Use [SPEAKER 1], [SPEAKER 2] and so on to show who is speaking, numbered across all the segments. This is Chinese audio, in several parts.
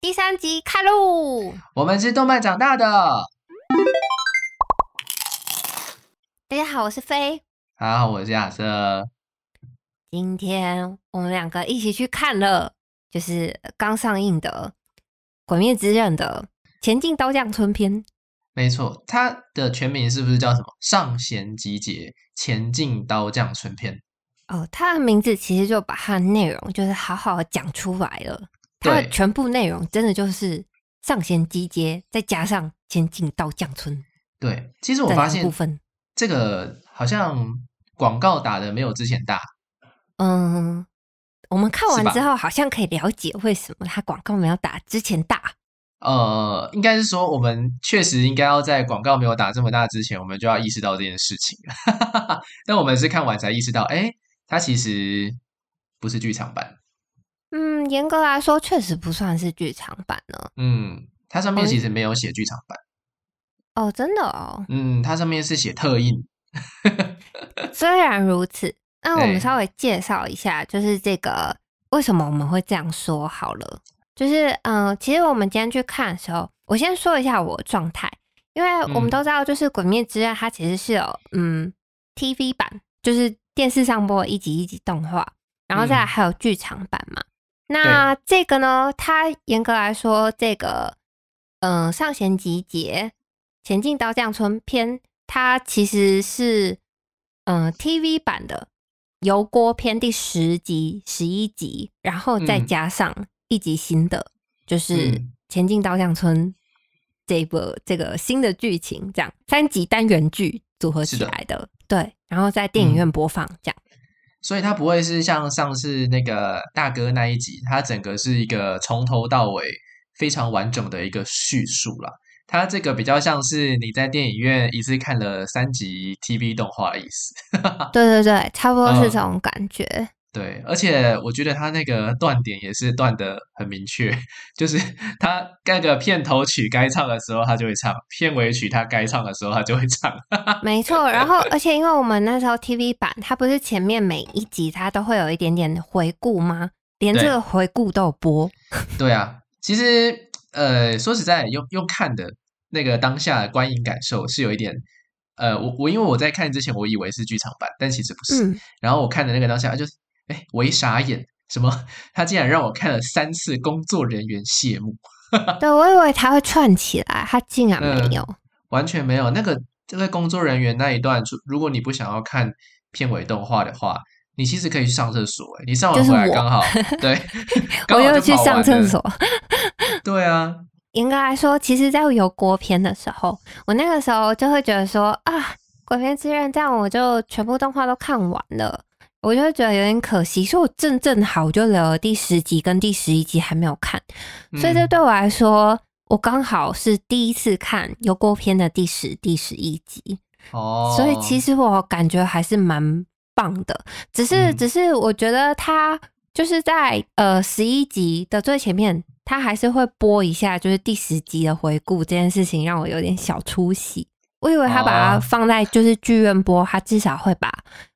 [SPEAKER 1] 第三集开喽！
[SPEAKER 2] 我们是动漫长大的。
[SPEAKER 1] 大家好，我是飞。
[SPEAKER 2] 大家好，我是亚瑟。
[SPEAKER 1] 今天我们两个一起去看了，就是呃刚上映的《鬼灭之刃》的《前进刀匠村篇》。
[SPEAKER 2] 没错，它的全名是不是叫什么《上弦集结前进刀匠村篇》？
[SPEAKER 1] 哦，它的名字其实就把它的内容就是好好地讲出来了。它的
[SPEAKER 2] 对
[SPEAKER 1] 全部内容真的就是上弦集结，再加上前进刀匠村
[SPEAKER 2] 对，其实我
[SPEAKER 1] 这
[SPEAKER 2] 发
[SPEAKER 1] 两部
[SPEAKER 2] 现
[SPEAKER 1] 分。
[SPEAKER 2] 这个好像广告打的没有之前大。
[SPEAKER 1] 嗯，我们看完
[SPEAKER 2] 是吧
[SPEAKER 1] 之后好像可以了解为什么它广告没有打之前大。
[SPEAKER 2] 呃，应该是说我们确实应该要在广告没有打这么大之前，我们就要意识到这件事情。 但我们是看完才意识到，哎，它其实不是剧场版。
[SPEAKER 1] 嗯，严格来说，确实不算是剧场版呢。
[SPEAKER 2] 嗯，它上面其实没有写剧场版。
[SPEAKER 1] 哦，真的哦。
[SPEAKER 2] 嗯，它上面是写特印。
[SPEAKER 1] 虽然如此，那我们
[SPEAKER 2] 对
[SPEAKER 1] 稍微介绍一下，就是这个为什么我们会这样说好了。就是嗯、呃其实我们今天去看的时候，我先说一下我的状态，因为我们
[SPEAKER 2] 嗯
[SPEAKER 1] 都知道，就是《鬼灭之刃》它其实是有嗯 TV 版，就是电视上播的一集一集动画，然后再来
[SPEAKER 2] 嗯
[SPEAKER 1] 还有剧场版嘛。那这个呢，它严格来说，这个嗯、呃上弦集结《前进刀匠村篇》，它其实是嗯、呃 TV 版的油锅篇第十集、十一集，然后再
[SPEAKER 2] 嗯
[SPEAKER 1] 加上一集新的，就是《
[SPEAKER 2] 嗯
[SPEAKER 1] 前进刀匠村》这一部这个新的剧情，这样三集单元剧组合
[SPEAKER 2] 是
[SPEAKER 1] 起
[SPEAKER 2] 的
[SPEAKER 1] 来的，对，然后在电影
[SPEAKER 2] 嗯
[SPEAKER 1] 院播放这样。
[SPEAKER 2] 所以它不会是像上次那个大哥那一集，它整个是一个从头到尾非常完整的一个叙述啦。它这个比较像是你在电影院一次看了三集 TV 动画的意思。啊
[SPEAKER 1] 对对对，差不多是
[SPEAKER 2] 嗯
[SPEAKER 1] 这种感觉。
[SPEAKER 2] 对，而且我觉得它那个断点也是断的很明确，就是它那个片头曲该唱的时候它就会唱，片尾曲它该唱的时候它就会唱。
[SPEAKER 1] 没错，然后而且因为我们那时候 TV 版，它不是前面每一集它都会有一点点回顾吗？连这
[SPEAKER 2] 对
[SPEAKER 1] 个回顾都有播，
[SPEAKER 2] 对啊，其实呃，说实在，用用看的那个当下的观影感受是有一点，呃，我我因为我在看之前我以为是剧场版，但其实不是。
[SPEAKER 1] 嗯，
[SPEAKER 2] 然后我看的那个当下就是，哎，我一傻眼，什么？他竟然让我看了三次工作人员谢幕，
[SPEAKER 1] 对我以为它会串起来，它竟然没
[SPEAKER 2] 嗯
[SPEAKER 1] 有，
[SPEAKER 2] 完全没有那个这个工作人员那一段。如如果你不想要看片尾动画的话，你其实可以去上厕所、诶你上完
[SPEAKER 1] 就是
[SPEAKER 2] 回来
[SPEAKER 1] 我
[SPEAKER 2] 刚好对，刚
[SPEAKER 1] 我
[SPEAKER 2] 好
[SPEAKER 1] 又
[SPEAKER 2] 就
[SPEAKER 1] 去
[SPEAKER 2] 跑
[SPEAKER 1] 上
[SPEAKER 2] 完
[SPEAKER 1] 厕
[SPEAKER 2] 了。
[SPEAKER 1] 所。
[SPEAKER 2] 对啊，
[SPEAKER 1] 严格来说，其实，在有国片的时候，我那个时候就会觉得说啊，鬼片之刃这样我就全部动画都看完了，我就会觉得有点可惜。所以我正正好我就留了第十集跟第十一集还没有看，所以这
[SPEAKER 2] 嗯
[SPEAKER 1] 对我来说，我刚好是第一次看油锅篇的第十、第十一集，
[SPEAKER 2] 哦，
[SPEAKER 1] 所以其实我感觉还是蛮棒的。只是，
[SPEAKER 2] 嗯
[SPEAKER 1] 只是我觉得它就是在呃十一集的最前面，它还是会播一下，就是第十集的回顾这件事情，让我有点小出戏。我以为他把它
[SPEAKER 2] 哦
[SPEAKER 1] 放在就是剧院播，他至少会把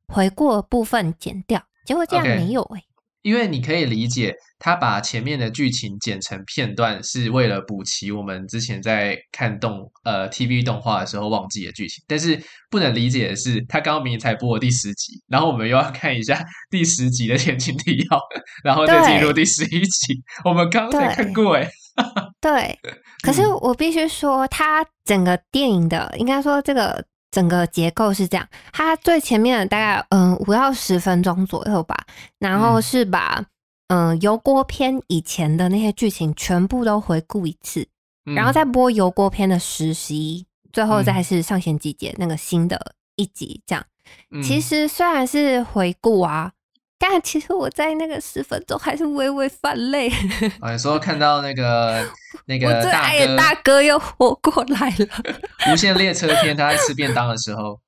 [SPEAKER 1] 回顾的部分剪掉，结果这样
[SPEAKER 2] OK
[SPEAKER 1] 没有哎、
[SPEAKER 2] 因为你可以理解，他把前面的剧情剪成片段，是为了补齐我们之前在看动呃 TV 动画的时候忘记的剧情。但是不能理解的是，他刚刚明明才播了第十集，然后我们又要看一下第十集的前情提要， 然后再进入第十一集。我们刚刚才看过哎诶，
[SPEAKER 1] 对，可是
[SPEAKER 2] 嗯
[SPEAKER 1] 我必须说，它整个电影的，应该说这个整个结构是这样，它最前面的大概嗯五到十分钟左右吧，然后
[SPEAKER 2] 嗯
[SPEAKER 1] 是把嗯油锅篇以前的那些剧情全部都回顾一次，然后
[SPEAKER 2] 再
[SPEAKER 1] 再播油锅篇的十、十一，最后
[SPEAKER 2] 嗯
[SPEAKER 1] 再是上弦集结那个新的一集这样。
[SPEAKER 2] 嗯
[SPEAKER 1] 其实虽然是回顾啊，但其实我在那个十分钟还是微微泛泪。
[SPEAKER 2] 啊，你说看到 那个那
[SPEAKER 1] 我
[SPEAKER 2] 个
[SPEAKER 1] 最
[SPEAKER 2] 大
[SPEAKER 1] 爱的哎
[SPEAKER 2] 哥
[SPEAKER 1] 大哥又活过来了，
[SPEAKER 2] 无限列车篇，他在吃便当的时候，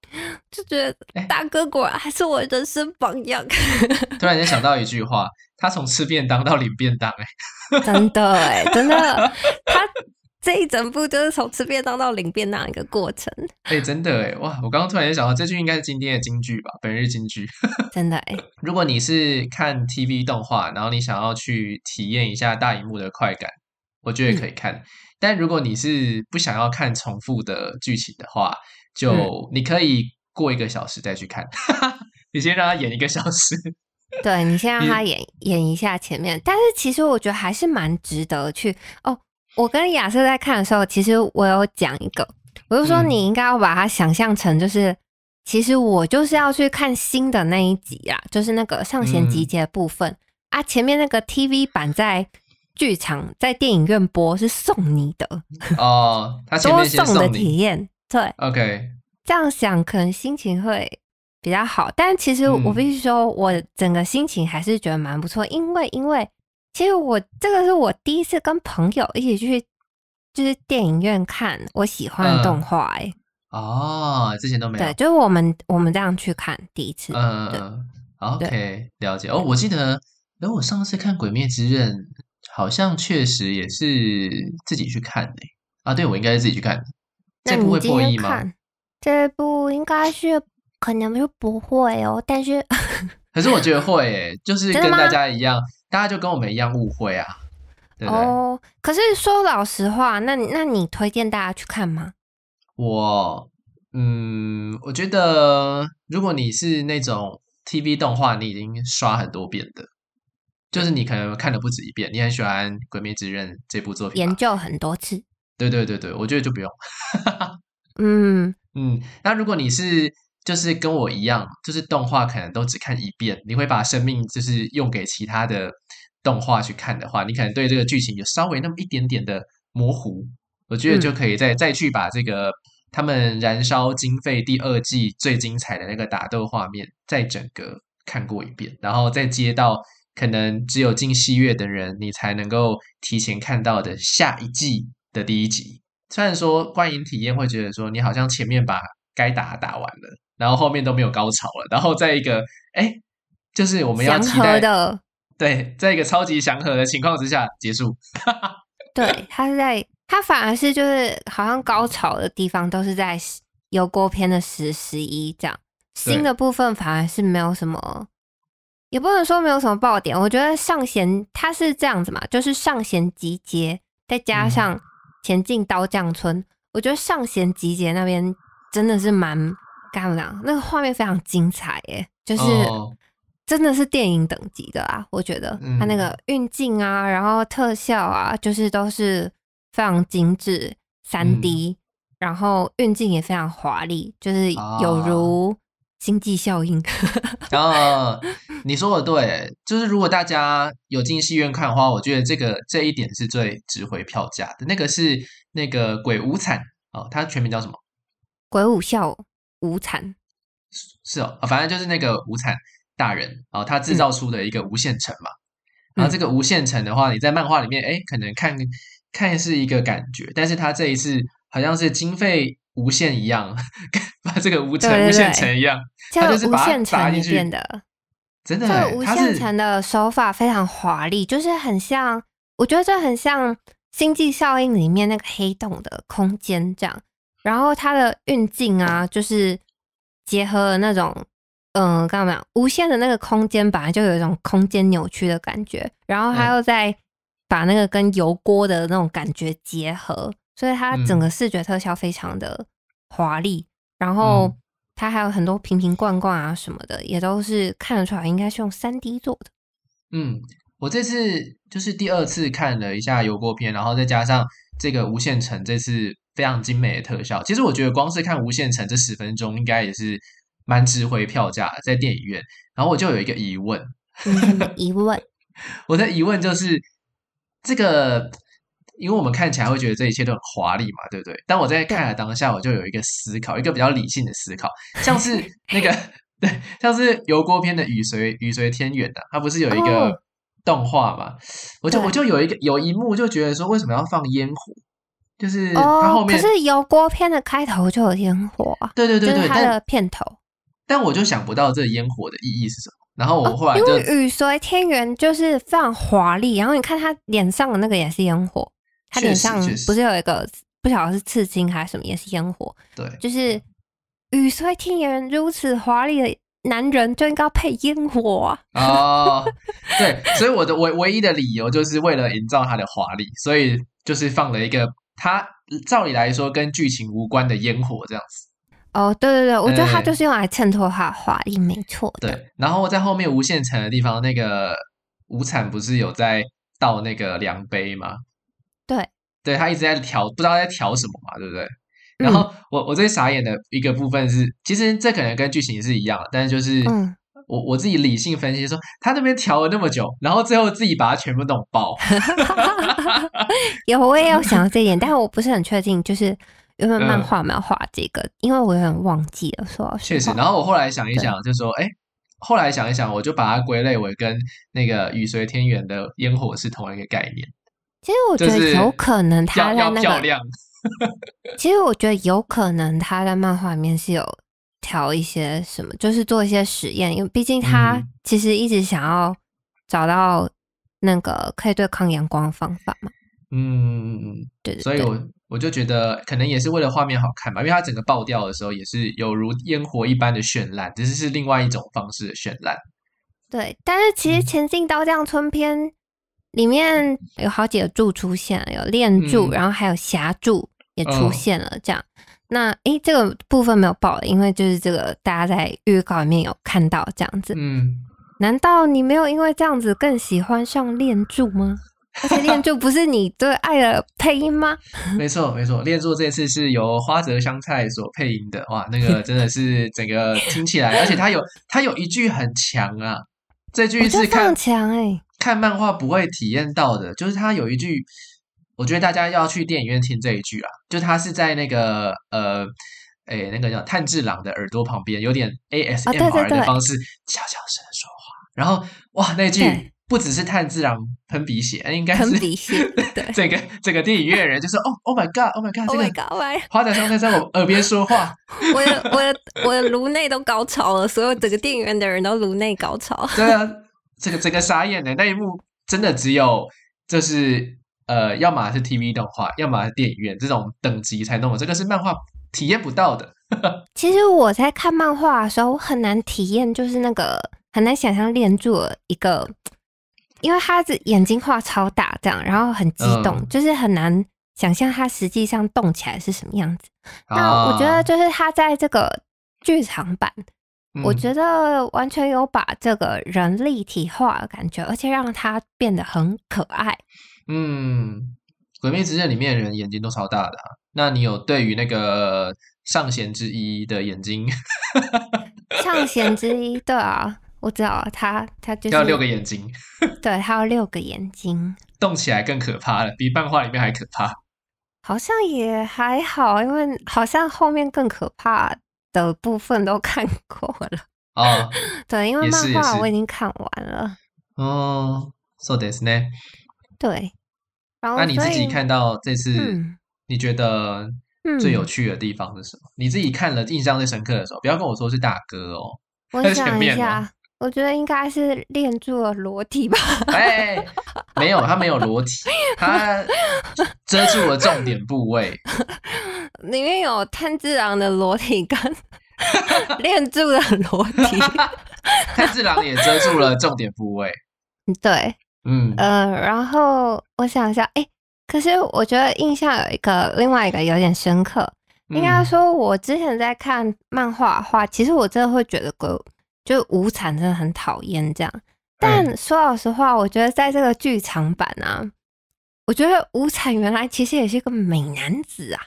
[SPEAKER 1] 就觉得
[SPEAKER 2] 哎
[SPEAKER 1] 大哥果然还是我人生榜样，
[SPEAKER 2] 突然间想到一句话：他从吃便当到领便当、诶。
[SPEAKER 1] 真的哎、真的，他这一整部就是从吃便当到领便当一个过程，
[SPEAKER 2] 哎、真的哎，哇！我刚刚突然间想到，这句应该是今天的金句吧，本日金句。
[SPEAKER 1] 真的哎、
[SPEAKER 2] 如果你是看 TV 动画，然后你想要去体验一下大荧幕的快感，我觉得
[SPEAKER 1] 嗯
[SPEAKER 2] 也可以看。但如果你是不想要看重复的剧情的话，
[SPEAKER 1] 嗯
[SPEAKER 2] 就你可以过一个小时再去看， 你先让他演一个小时。
[SPEAKER 1] 对你先让
[SPEAKER 2] 你
[SPEAKER 1] 他演演一下前面，但是其实我觉得还是蛮值得去哦。我跟亚瑟在看的时候，其实我有讲一个，我就说
[SPEAKER 2] 嗯
[SPEAKER 1] 你应该要把它想象成就是，其实我就是要去看新的那一集啦，就是那个上弦集
[SPEAKER 2] 嗯
[SPEAKER 1] 结的部分、啊，前面那个 TV 版在剧场在电影院播是送你的，
[SPEAKER 2] 哦，他前
[SPEAKER 1] 多
[SPEAKER 2] 面先
[SPEAKER 1] 送的
[SPEAKER 2] 送你。
[SPEAKER 1] 体验，对，
[SPEAKER 2] OK，
[SPEAKER 1] 这样想可能心情会比较好，但其实我
[SPEAKER 2] 嗯
[SPEAKER 1] 必须说，我整个心情还是觉得蛮不错，因为因为其实我这个是我第一次跟朋友一起去，就是电影院看我喜欢的动画、欸，
[SPEAKER 2] 哦，之前嗯都没有
[SPEAKER 1] 对，。就是我们我们这样去看第一次，
[SPEAKER 2] 嗯、
[SPEAKER 1] 对
[SPEAKER 2] o
[SPEAKER 1] 对
[SPEAKER 2] k 了解。哦，我记得，哎，我上次看《鬼灭之刃》，好像确实也是自己去看的、啊，对，我应该是自己去看的。
[SPEAKER 1] 那
[SPEAKER 2] 这部
[SPEAKER 1] 你
[SPEAKER 2] 会
[SPEAKER 1] 今
[SPEAKER 2] 破
[SPEAKER 1] 天
[SPEAKER 2] 译吗？
[SPEAKER 1] 看这部应该是可能是不会哦，但是
[SPEAKER 2] 可是我觉得会、欸，就是
[SPEAKER 1] 真
[SPEAKER 2] 跟
[SPEAKER 1] 的
[SPEAKER 2] 大
[SPEAKER 1] 吗
[SPEAKER 2] 家一样，大家就跟我们一样误会啊， 对不对？
[SPEAKER 1] 哦，可是说老实话，那你那你推荐大家去看吗？
[SPEAKER 2] 我，嗯，我觉得如果你是那种 TV 动画，你已经刷很多遍的，就是你可能看了不止一遍，你很喜欢《鬼灭之刃》这部作品
[SPEAKER 1] 研
[SPEAKER 2] 吧？
[SPEAKER 1] 究很多次，
[SPEAKER 2] 对对对对，我觉得就不用。
[SPEAKER 1] 嗯。
[SPEAKER 2] 嗯，那如果你是就是跟我一样，就是动画可能都只看一遍，你会把生命就是用给其他的动画去看的话，你可能对这个剧情有稍微那么一点点的模糊，我觉得就可以再、再去把这个他们燃烧经费第二季最精彩的那个打斗画面再整个看过一遍，然后再接到可能只有进戏院的人你才能够提前看到的下一季的第一集。虽然说观影体验会觉得说你好像前面把该打的打完了，然后后面都没有高潮了，然后再一个哎，就是我们要
[SPEAKER 1] 祥
[SPEAKER 2] 期
[SPEAKER 1] 和
[SPEAKER 2] 待
[SPEAKER 1] 的，
[SPEAKER 2] 对，在一个超级祥和的情况之下结束。
[SPEAKER 1] 对，他是在他反而是就是好像高潮的地方都是在十油锅篇的十十一这样，新
[SPEAKER 2] 对
[SPEAKER 1] 的部分反而是没有什么，也不能说没有什么爆点。我觉得上弦它是这样子嘛，就是上弦集结再加
[SPEAKER 2] 嗯
[SPEAKER 1] 上前进刀匠村，我觉得上弦集结那边真的是蛮干不讲，那个画面非常精彩耶，就是。
[SPEAKER 2] 哦
[SPEAKER 1] 真的是电影等级的啊！我觉得它那
[SPEAKER 2] 嗯
[SPEAKER 1] 个运镜啊，然后特效啊，就是都是非常精致、三 D，、然
[SPEAKER 2] 嗯
[SPEAKER 1] 后运镜也非常华丽，就是有
[SPEAKER 2] 啊
[SPEAKER 1] 如经济效应。
[SPEAKER 2] 然后你说的对，就是如果大家有进戏院看的话，我觉得这个这一点是最值回票价的。那个是那个鬼舞惨哦，它全名叫什么？
[SPEAKER 1] 鬼舞笑无惨，
[SPEAKER 2] 是哦，啊反正就是那个无惨大人啊、哦，他
[SPEAKER 1] 嗯
[SPEAKER 2] 制造出的一个无限城嘛。然后这个无限城的话，你在漫画里面，哎，可能看看是一个感觉，但是他这一次好像是经费无限一样， 把这个无城
[SPEAKER 1] 对对
[SPEAKER 2] 无限
[SPEAKER 1] 对
[SPEAKER 2] 城一样，
[SPEAKER 1] 这
[SPEAKER 2] 它
[SPEAKER 1] 个
[SPEAKER 2] 就是
[SPEAKER 1] 无
[SPEAKER 2] 把它
[SPEAKER 1] 限
[SPEAKER 2] 拔
[SPEAKER 1] 城
[SPEAKER 2] 进
[SPEAKER 1] 里
[SPEAKER 2] 去
[SPEAKER 1] 面的，
[SPEAKER 2] 真的
[SPEAKER 1] 这
[SPEAKER 2] 哎
[SPEAKER 1] 个，无
[SPEAKER 2] 它
[SPEAKER 1] 限
[SPEAKER 2] 是
[SPEAKER 1] 城的手法非常华丽，就是很像，我觉得这很像《星际效应》里面那个黑洞的空间这样。然后它的运镜啊，就是结合了那种，嗯、呃，干嘛讲无限的那个空间，本来就有一种空间扭曲的感觉，然后它
[SPEAKER 2] 嗯
[SPEAKER 1] 又在把那个跟油锅的那种感觉结合，所以它整
[SPEAKER 2] 嗯
[SPEAKER 1] 个视觉特效非常的华丽。然后
[SPEAKER 2] 嗯
[SPEAKER 1] 它还有很多瓶瓶罐罐啊什么的，也都是看得出来应该是用三 D 做的。
[SPEAKER 2] 嗯，我这次就是第二次看了一下油锅篇，然后再加上这个无限城这次非常精美的特效，其实我觉得光是看无限城这十分钟，应该也是蛮值回票价的在电影院。然后我就有一个疑问，
[SPEAKER 1] 你什么嗯疑问？
[SPEAKER 2] 我的疑问就是这个，因为我们看起来会觉得这一切都很华丽嘛，对不对？但我在看的当下，我就有一个思考，一个比较理性的思考， 像是那 个对，像是油锅篇的《雨随雨随天远》的，它不是有一
[SPEAKER 1] 哦
[SPEAKER 2] 个动画嘛？我就我就有一个有一幕就觉得说，为什么要放烟火？就是它后
[SPEAKER 1] 哦，可
[SPEAKER 2] 面
[SPEAKER 1] 是油锅片的开头就有烟火啊，
[SPEAKER 2] 对对对
[SPEAKER 1] 就
[SPEAKER 2] 对，
[SPEAKER 1] 是它的
[SPEAKER 2] 但
[SPEAKER 1] 片头。
[SPEAKER 2] 但我就想不到这烟火的意义是什么。然后我后来
[SPEAKER 1] 哦因
[SPEAKER 2] 就
[SPEAKER 1] 为雨随天元就是非常华丽，然后你看他脸上的那个也是烟火，他
[SPEAKER 2] 确
[SPEAKER 1] 脸
[SPEAKER 2] 实
[SPEAKER 1] 上
[SPEAKER 2] 确实
[SPEAKER 1] 不是有一个不晓得是刺青还是什么，也是烟火，
[SPEAKER 2] 对，
[SPEAKER 1] 就是
[SPEAKER 2] 嗯
[SPEAKER 1] 雨随天元如此华丽的男人就应该配烟火啊。
[SPEAKER 2] 哦，对，所以我的唯唯一的理由就是为了营造它的华丽，所以就是放了一个它照理来说跟剧情无关的烟火这样子。
[SPEAKER 1] 哦，对对对，我觉得它
[SPEAKER 2] 对
[SPEAKER 1] 就是用来衬托它的华丽，没错的。
[SPEAKER 2] 哎对，然后在后面无限城的地方，那个无惨不是有在倒那个量杯吗？
[SPEAKER 1] 对，
[SPEAKER 2] 对他一直在调，不知道在调什么嘛，对不对？然
[SPEAKER 1] 嗯
[SPEAKER 2] 后我我最傻眼的一个部分是，其实这可能跟剧情是一样的，但是就是
[SPEAKER 1] 嗯，
[SPEAKER 2] 我我自己理性分析说，他那边调了那么久，然后最后自己把它全部弄爆，
[SPEAKER 1] 有我也有想到这一 点，但是我不是很确定，就是原本漫画有没有画这个，因为我有点忘记了。说老实
[SPEAKER 2] 嗯确实。
[SPEAKER 1] 话
[SPEAKER 2] 然后我后来想一想，就说，哎，后来想一想，我就把它归类为跟那个雨随天元的烟火是同一个概念，
[SPEAKER 1] 其实我觉
[SPEAKER 2] 就
[SPEAKER 1] 得
[SPEAKER 2] 是
[SPEAKER 1] 有可能他
[SPEAKER 2] 要
[SPEAKER 1] 在
[SPEAKER 2] 要
[SPEAKER 1] 那
[SPEAKER 2] 漂
[SPEAKER 1] 个，
[SPEAKER 2] 亮，
[SPEAKER 1] 其实我觉得有可能他在漫画里面是有调一些什么，就是做一些实验，因为毕竟他
[SPEAKER 2] 嗯
[SPEAKER 1] 其实一直想要找到那个可以对抗阳光的方法嘛。
[SPEAKER 2] 嗯。
[SPEAKER 1] 对对对，
[SPEAKER 2] 所以我我就觉得可能也是为了画面好看吧，因为它整个爆掉的时候也是有如烟火一般的绚烂，只是是另外一种方式的绚烂。
[SPEAKER 1] 对，但是其实
[SPEAKER 2] 嗯
[SPEAKER 1] 《前进刀匠村篇》里面有好几个柱出现，有练柱，
[SPEAKER 2] 嗯
[SPEAKER 1] 然后还有霞柱也出
[SPEAKER 2] 哦
[SPEAKER 1] 现了。这样，那诶，这个部分没有报，因为就是这个大家在预告里面有看到这样子。
[SPEAKER 2] 嗯，
[SPEAKER 1] 难道你没有因为这样子更喜欢上练柱吗？而且练柱不是你最爱的配音 吗？
[SPEAKER 2] 没错没错，恋作这次是由花泽香菜所配音的，哇，那个真的是整个听起来，而且它有它有一句很强啊，这
[SPEAKER 1] 我
[SPEAKER 2] 句
[SPEAKER 1] 就是
[SPEAKER 2] 看
[SPEAKER 1] 上墙哎、
[SPEAKER 2] 看漫画不会体验到的，就是它有一句，我觉得大家要去电影院听这一句啊，就它是在那个呃，诶，那个叫炭治郎的耳朵旁边，有点
[SPEAKER 1] 啊对对
[SPEAKER 2] ASMR
[SPEAKER 1] 对
[SPEAKER 2] 的方式，悄悄声说话，然后哇，
[SPEAKER 1] 对
[SPEAKER 2] 那句不只是炭治郎喷鼻血，应该
[SPEAKER 1] 很
[SPEAKER 2] 是
[SPEAKER 1] 鼻 血，对
[SPEAKER 2] 整个整个电影院的人就说，哦，Oh my God，Oh my God，
[SPEAKER 1] ，Oh
[SPEAKER 2] 这
[SPEAKER 1] my
[SPEAKER 2] 个
[SPEAKER 1] god，我
[SPEAKER 2] 花泽香菜在我耳边说话，
[SPEAKER 1] 我的我的我的颅内都高潮了，所有整个电影院的人都颅内高潮。
[SPEAKER 2] 对啊，这个这个傻眼的欸那一幕，真的只有就是呃，要么是 TV 动画，要么是电影院这种等级才弄的，这个是漫画体验不到的。
[SPEAKER 1] 其实我在看漫画的时候，我很难体验，就是那个很难想象练住了一个，因为他的眼睛画超大这样，然后很激动，
[SPEAKER 2] 嗯
[SPEAKER 1] 就是很难想象他实际上动起来是什么样子。那我觉
[SPEAKER 2] 啊
[SPEAKER 1] 得就是他在这个剧场版，我
[SPEAKER 2] 得
[SPEAKER 1] 觉得完全有把这个人立体化的感觉，而且让他变得很可爱。
[SPEAKER 2] 嗯，嗯《鬼灭之刃》里面的人眼睛都超大的啊、那你有对于那个上弦之一的眼睛
[SPEAKER 1] 上弦之一，对啊，我知道啊他他就是
[SPEAKER 2] 要六个眼睛
[SPEAKER 1] 对，他有六个眼睛。
[SPEAKER 2] 动起来更可怕了，比漫画里面还可怕。
[SPEAKER 1] 好像也还好，因为好像后面更可怕的部分都 看过了。
[SPEAKER 2] 哦，
[SPEAKER 1] 对，因为
[SPEAKER 2] 也是
[SPEAKER 1] 漫
[SPEAKER 2] 也
[SPEAKER 1] 画
[SPEAKER 2] 是
[SPEAKER 1] 我已经看完了。
[SPEAKER 2] 哦，そうですね。
[SPEAKER 1] 对，然后
[SPEAKER 2] 那你自
[SPEAKER 1] 哦所
[SPEAKER 2] 己
[SPEAKER 1] 以
[SPEAKER 2] 看到这次，
[SPEAKER 1] 嗯
[SPEAKER 2] 你觉得
[SPEAKER 1] 嗯
[SPEAKER 2] 最有趣的地方是什么？你自己看了印象最深刻的时候，不要跟我说是大哥哦。
[SPEAKER 1] 我
[SPEAKER 2] 在
[SPEAKER 1] 想
[SPEAKER 2] 前
[SPEAKER 1] 一
[SPEAKER 2] 面吗
[SPEAKER 1] 下，我觉得应该是练住了裸体吧。
[SPEAKER 2] 哎，没有，他没有裸体，他遮住了重点部位。
[SPEAKER 1] 里面有炭治郎的裸体跟 练住的裸体。
[SPEAKER 2] 炭治郎也遮住了重点部位。
[SPEAKER 1] 对，
[SPEAKER 2] 嗯，
[SPEAKER 1] 呃，然后我想一下，哎、可是我觉得印象有一个另外一个有点深刻，应该
[SPEAKER 2] 嗯
[SPEAKER 1] 说，我之前在看漫画的话，其实我真的会觉得鬼就是无惨真的很讨厌这样。
[SPEAKER 2] 哎
[SPEAKER 1] 但说老实话，我觉得在这个剧场版啊，我觉得无惨原来其实也是一个美男子啊。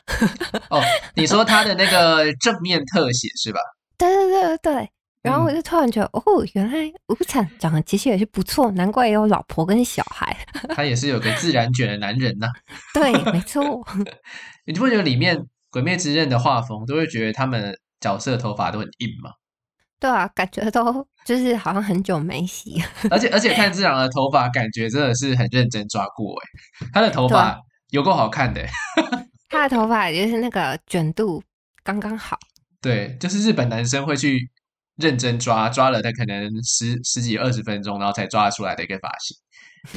[SPEAKER 2] 哦，你说他的那个正面特写是吧？
[SPEAKER 1] 对对对对对。然后我
[SPEAKER 2] 嗯
[SPEAKER 1] 就突然觉得，哦，原来无惨长得其实也是不错，难怪也有老婆跟小孩。
[SPEAKER 2] 他也是有个自然卷的男人呐、
[SPEAKER 1] 对，没 错。
[SPEAKER 2] 你不觉得里面《鬼灭之刃》的画风都会觉得他们角色头发都很硬吗？
[SPEAKER 1] 对啊，感觉都就是好像很久没洗。
[SPEAKER 2] 而且而且炭治郎的头发感觉真的是很认真抓过哎、他的头
[SPEAKER 1] 对啊
[SPEAKER 2] 发有够好看的、欸，
[SPEAKER 1] 他的头发也就是那个卷度刚刚好。
[SPEAKER 2] 对，
[SPEAKER 1] 嗯
[SPEAKER 2] 就是日本男生会去认真抓，抓了他可能十十几二十分钟，然后才抓得出来的一个发型。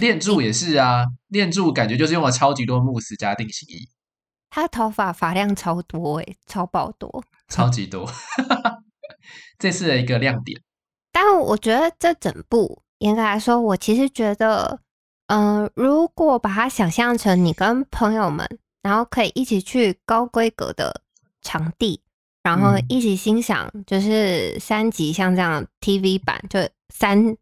[SPEAKER 2] 练柱也是啊，练柱感觉就是用了超级多慕斯加定型液，
[SPEAKER 1] 他头发发量超多诶、超爆多。
[SPEAKER 2] 超级多， 这是的一个亮点。
[SPEAKER 1] 但我觉得这整部严格来说，我其实觉得嗯、如果把它想象成你跟朋友们，然后可以一起去高规格的场地，然后
[SPEAKER 2] 嗯
[SPEAKER 1] 一起欣赏，就是三级像这样 TV 版，就三